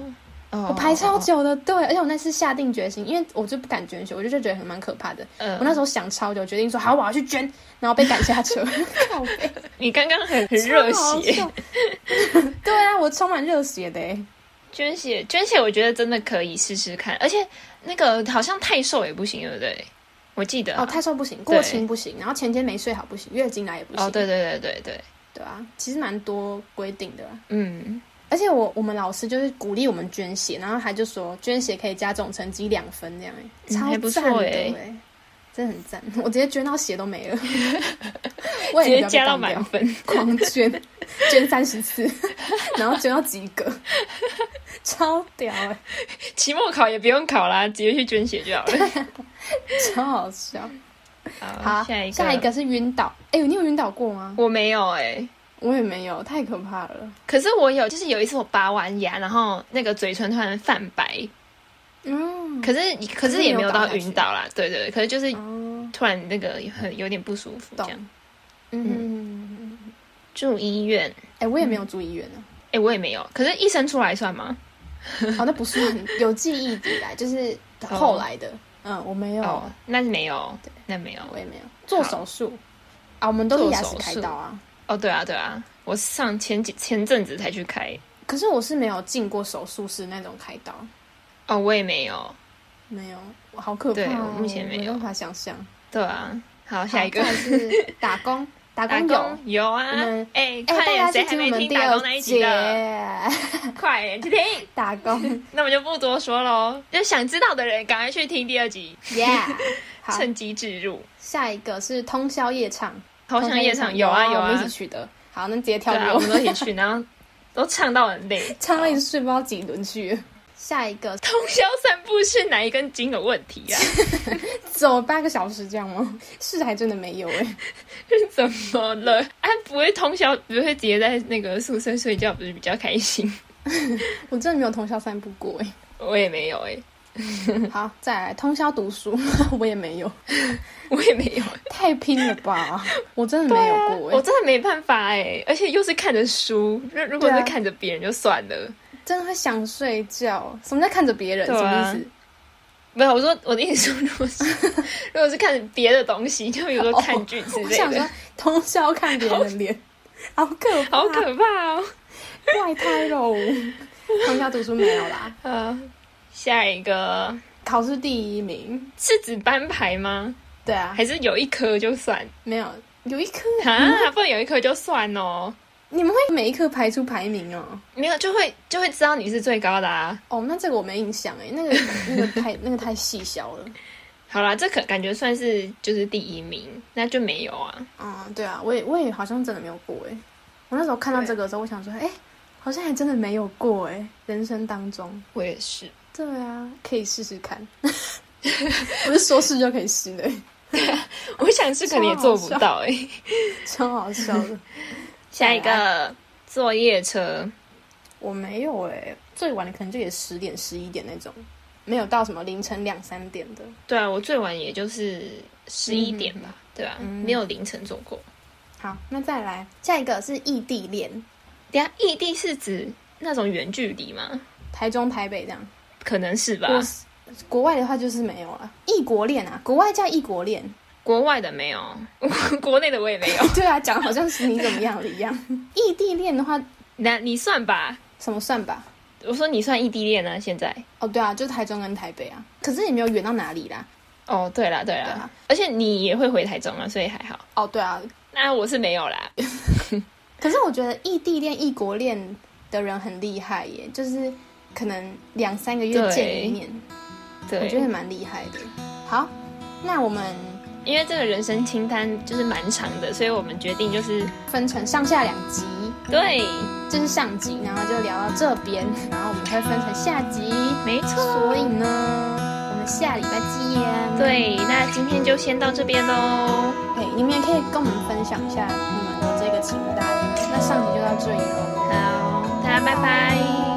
[SPEAKER 1] 哦
[SPEAKER 2] 我排超，久的队，而且我那次下定决心，因为我就不敢捐血，我就觉得很蛮可怕的。
[SPEAKER 1] 嗯
[SPEAKER 2] 我那时候想超久，决定说好，我要去捐，然后被赶下车， 靠背，
[SPEAKER 1] 你刚刚很很 热
[SPEAKER 2] 超好
[SPEAKER 1] 血，
[SPEAKER 2] 笑。 对啊，我充满热血的欸，
[SPEAKER 1] 捐血捐血，我觉得真的可以试试看，而且那个好像太瘦也不行，对不对？我记得啊
[SPEAKER 2] 哦，太瘦不行，
[SPEAKER 1] 对
[SPEAKER 2] 过轻不行，然后前天没睡好不行，月经来也不行。
[SPEAKER 1] 哦，对对对对对，
[SPEAKER 2] 对啊，其实蛮多规定的啦。
[SPEAKER 1] 嗯，
[SPEAKER 2] 而且我我们老师就是鼓励我们捐血，然后他就说捐血可以加总成绩两分这样哎、
[SPEAKER 1] 嗯
[SPEAKER 2] 超
[SPEAKER 1] 还不错
[SPEAKER 2] 赞的
[SPEAKER 1] 欸
[SPEAKER 2] 欸真的很赞。我直接捐到血都没了， 我
[SPEAKER 1] 直
[SPEAKER 2] 也
[SPEAKER 1] 接
[SPEAKER 2] 不要被
[SPEAKER 1] 加到
[SPEAKER 2] 干掉
[SPEAKER 1] 满分，
[SPEAKER 2] 狂捐，捐三十次， 然后捐到及格， 超屌哎、
[SPEAKER 1] 期末考也不用考啦，直接去捐血就好 了。
[SPEAKER 2] 超好笑。
[SPEAKER 1] 好
[SPEAKER 2] 好，
[SPEAKER 1] 下一个，
[SPEAKER 2] 下一，个是晕倒，哎、你有晕倒过吗？
[SPEAKER 1] 我没有哎、
[SPEAKER 2] 我也没有，太可怕了。
[SPEAKER 1] 可是我有，就是有一次我拔完牙，然后那个嘴唇突然泛白，
[SPEAKER 2] 嗯，
[SPEAKER 1] 可是可是也没有到晕倒啦，对对，对可是就是
[SPEAKER 2] 哦，
[SPEAKER 1] 突然那个很有点不舒服，这
[SPEAKER 2] 懂
[SPEAKER 1] 样，
[SPEAKER 2] 嗯，
[SPEAKER 1] 住医院。
[SPEAKER 2] 哎、我也没有住医院啊。
[SPEAKER 1] 哎、我也没有，可是医生出来算吗？
[SPEAKER 2] 哦，那不是有记忆以来，就是后来的。嗯，我没有，啊
[SPEAKER 1] 哦，那没有，那没有。
[SPEAKER 2] 我也没有做手术啊，我们都是牙齿开刀啊。
[SPEAKER 1] 哦，对啊，对啊，我上前几前阵子才去开。
[SPEAKER 2] 可是我是没有进过手术室那种开刀，
[SPEAKER 1] 哦，我也没有。
[SPEAKER 2] 没有，我好可怕、哦！
[SPEAKER 1] 对我目前没有
[SPEAKER 2] 没办法想象。
[SPEAKER 1] 对啊，好，下一个
[SPEAKER 2] 好再来 是打工，打
[SPEAKER 1] 打
[SPEAKER 2] 工有
[SPEAKER 1] 工。有啊
[SPEAKER 2] 我们，
[SPEAKER 1] 哎，
[SPEAKER 2] 哎、
[SPEAKER 1] 快
[SPEAKER 2] 大
[SPEAKER 1] 点，
[SPEAKER 2] 家
[SPEAKER 1] 谁
[SPEAKER 2] 去
[SPEAKER 1] 还
[SPEAKER 2] 听我
[SPEAKER 1] 没
[SPEAKER 2] 们
[SPEAKER 1] 听
[SPEAKER 2] 第
[SPEAKER 1] 打
[SPEAKER 2] 二
[SPEAKER 1] 工那一集
[SPEAKER 2] 节
[SPEAKER 1] 的？快点去听，
[SPEAKER 2] 打 工
[SPEAKER 1] 那我就不多说喽。就想知道的人，赶快去听第二集，
[SPEAKER 2] ，Yeah。好，
[SPEAKER 1] 趁机置入。
[SPEAKER 2] 下一个是通宵夜唱，
[SPEAKER 1] 好想夜场有啊有
[SPEAKER 2] 我们一
[SPEAKER 1] 啊
[SPEAKER 2] 起，去的。好，那直接跳
[SPEAKER 1] 对啊，我
[SPEAKER 2] 过
[SPEAKER 1] 们，都一起去，然后都唱到很累，
[SPEAKER 2] 唱了一直睡不知道几轮去了。下一个
[SPEAKER 1] 通宵散步是哪一根筋有问题啊？
[SPEAKER 2] 走八个小时这样吗？是还真的没有哎、
[SPEAKER 1] 怎么了？啊，不会通宵，不会直接在那个宿舍睡觉，不是比较开心？
[SPEAKER 2] 我真的没有通宵散步过哎、
[SPEAKER 1] 我也没有哎、
[SPEAKER 2] 好，再来通宵读书， 我也没有，
[SPEAKER 1] 我也没有，欸
[SPEAKER 2] 太拼了吧？我真的没有过哎、
[SPEAKER 1] 啊我真的没办法哎、而且又是看着书，如如果
[SPEAKER 2] 对啊
[SPEAKER 1] 是看着别人就算了。
[SPEAKER 2] 真的会想睡觉。什么叫看着别人？
[SPEAKER 1] 对
[SPEAKER 2] 什
[SPEAKER 1] 啊
[SPEAKER 2] 么意思？
[SPEAKER 1] 没有，我说我的意思说， 如果是如果是看着别的东西，就比如哦说看剧之
[SPEAKER 2] 我
[SPEAKER 1] 类
[SPEAKER 2] 想
[SPEAKER 1] 的，
[SPEAKER 2] 说通宵看别人的脸，好可怕，
[SPEAKER 1] 好可怕哦。
[SPEAKER 2] 怪胎喽。通宵读书没有啦，
[SPEAKER 1] 啊，下一个
[SPEAKER 2] 考试第一名。
[SPEAKER 1] 是指班牌吗？
[SPEAKER 2] 对啊，
[SPEAKER 1] 还是有一科就 算
[SPEAKER 2] 没有有一科，
[SPEAKER 1] 啊？不然有一科就算哦。
[SPEAKER 2] 你们会每一科排出排名哦。
[SPEAKER 1] 没有，就会就会知道你是最高的啊。
[SPEAKER 2] 哦，那这个我没印象哎，那个那个太 那个太细小了。
[SPEAKER 1] 好啦，这可感觉算是就是第一名，那就没有啊。
[SPEAKER 2] 嗯，对啊，我也我也好像真的没有过哎。我那时候看到这个的时候，我想说，哎，好像还真的没有过哎，人生当中。
[SPEAKER 1] 我也是，
[SPEAKER 2] 对啊，可以试试 看。不是说试就可以试 的，
[SPEAKER 1] 我想是可能也做不到哎、
[SPEAKER 2] 超好笑的。
[SPEAKER 1] 下一
[SPEAKER 2] 啊
[SPEAKER 1] 个坐夜车，
[SPEAKER 2] 我没有哎、最晚的可能就也十点、十一点那种，没有到什么凌晨两三点的。
[SPEAKER 1] 对啊，我最晚也就是十一点吧，对吧、
[SPEAKER 2] 嗯
[SPEAKER 1] 没有凌晨做过。
[SPEAKER 2] 好，那再来下一个是异地恋，
[SPEAKER 1] 等一下异地是指那种远距离吗？
[SPEAKER 2] 台中、台北这样。
[SPEAKER 1] 可能是吧，
[SPEAKER 2] 我是国外的话就是没有了，异国恋啊，国外叫异国恋。
[SPEAKER 1] 国外的没有， 国内的我也没有。
[SPEAKER 2] 对啊，讲得好像是你怎么样的一 样。异地恋的话，
[SPEAKER 1] 那你算吧，
[SPEAKER 2] 什么算吧？
[SPEAKER 1] 我说你算异地恋啊，现在。
[SPEAKER 2] 哦，对啊，就是台中跟台北啊，可是也没有远到哪里啦。
[SPEAKER 1] 哦，对啦，对啦，
[SPEAKER 2] 对啊
[SPEAKER 1] 而且你也会回台中啊，所以还好。
[SPEAKER 2] 哦，对啊，
[SPEAKER 1] 那我是没有 啦，
[SPEAKER 2] 可是我觉得异地恋、异国恋的人很厉害耶，就是可能两三个月
[SPEAKER 1] 对
[SPEAKER 2] 见一面，
[SPEAKER 1] 对，
[SPEAKER 2] 我觉得蛮厉害的。好，那我们
[SPEAKER 1] 因为这个人生清单就是蛮长的，所以我们决定就是
[SPEAKER 2] 分成上下两集，
[SPEAKER 1] 对，
[SPEAKER 2] 这是上集，然后就聊到这边，然后我们会分成下集。
[SPEAKER 1] 没错，
[SPEAKER 2] 所以呢，我们下礼拜见。，
[SPEAKER 1] 对。那今天就先到这边喽，
[SPEAKER 2] 哎，你们也可以跟我们分享一下你们的这个清单。那上集就到这里喽。
[SPEAKER 1] 好，大家拜拜。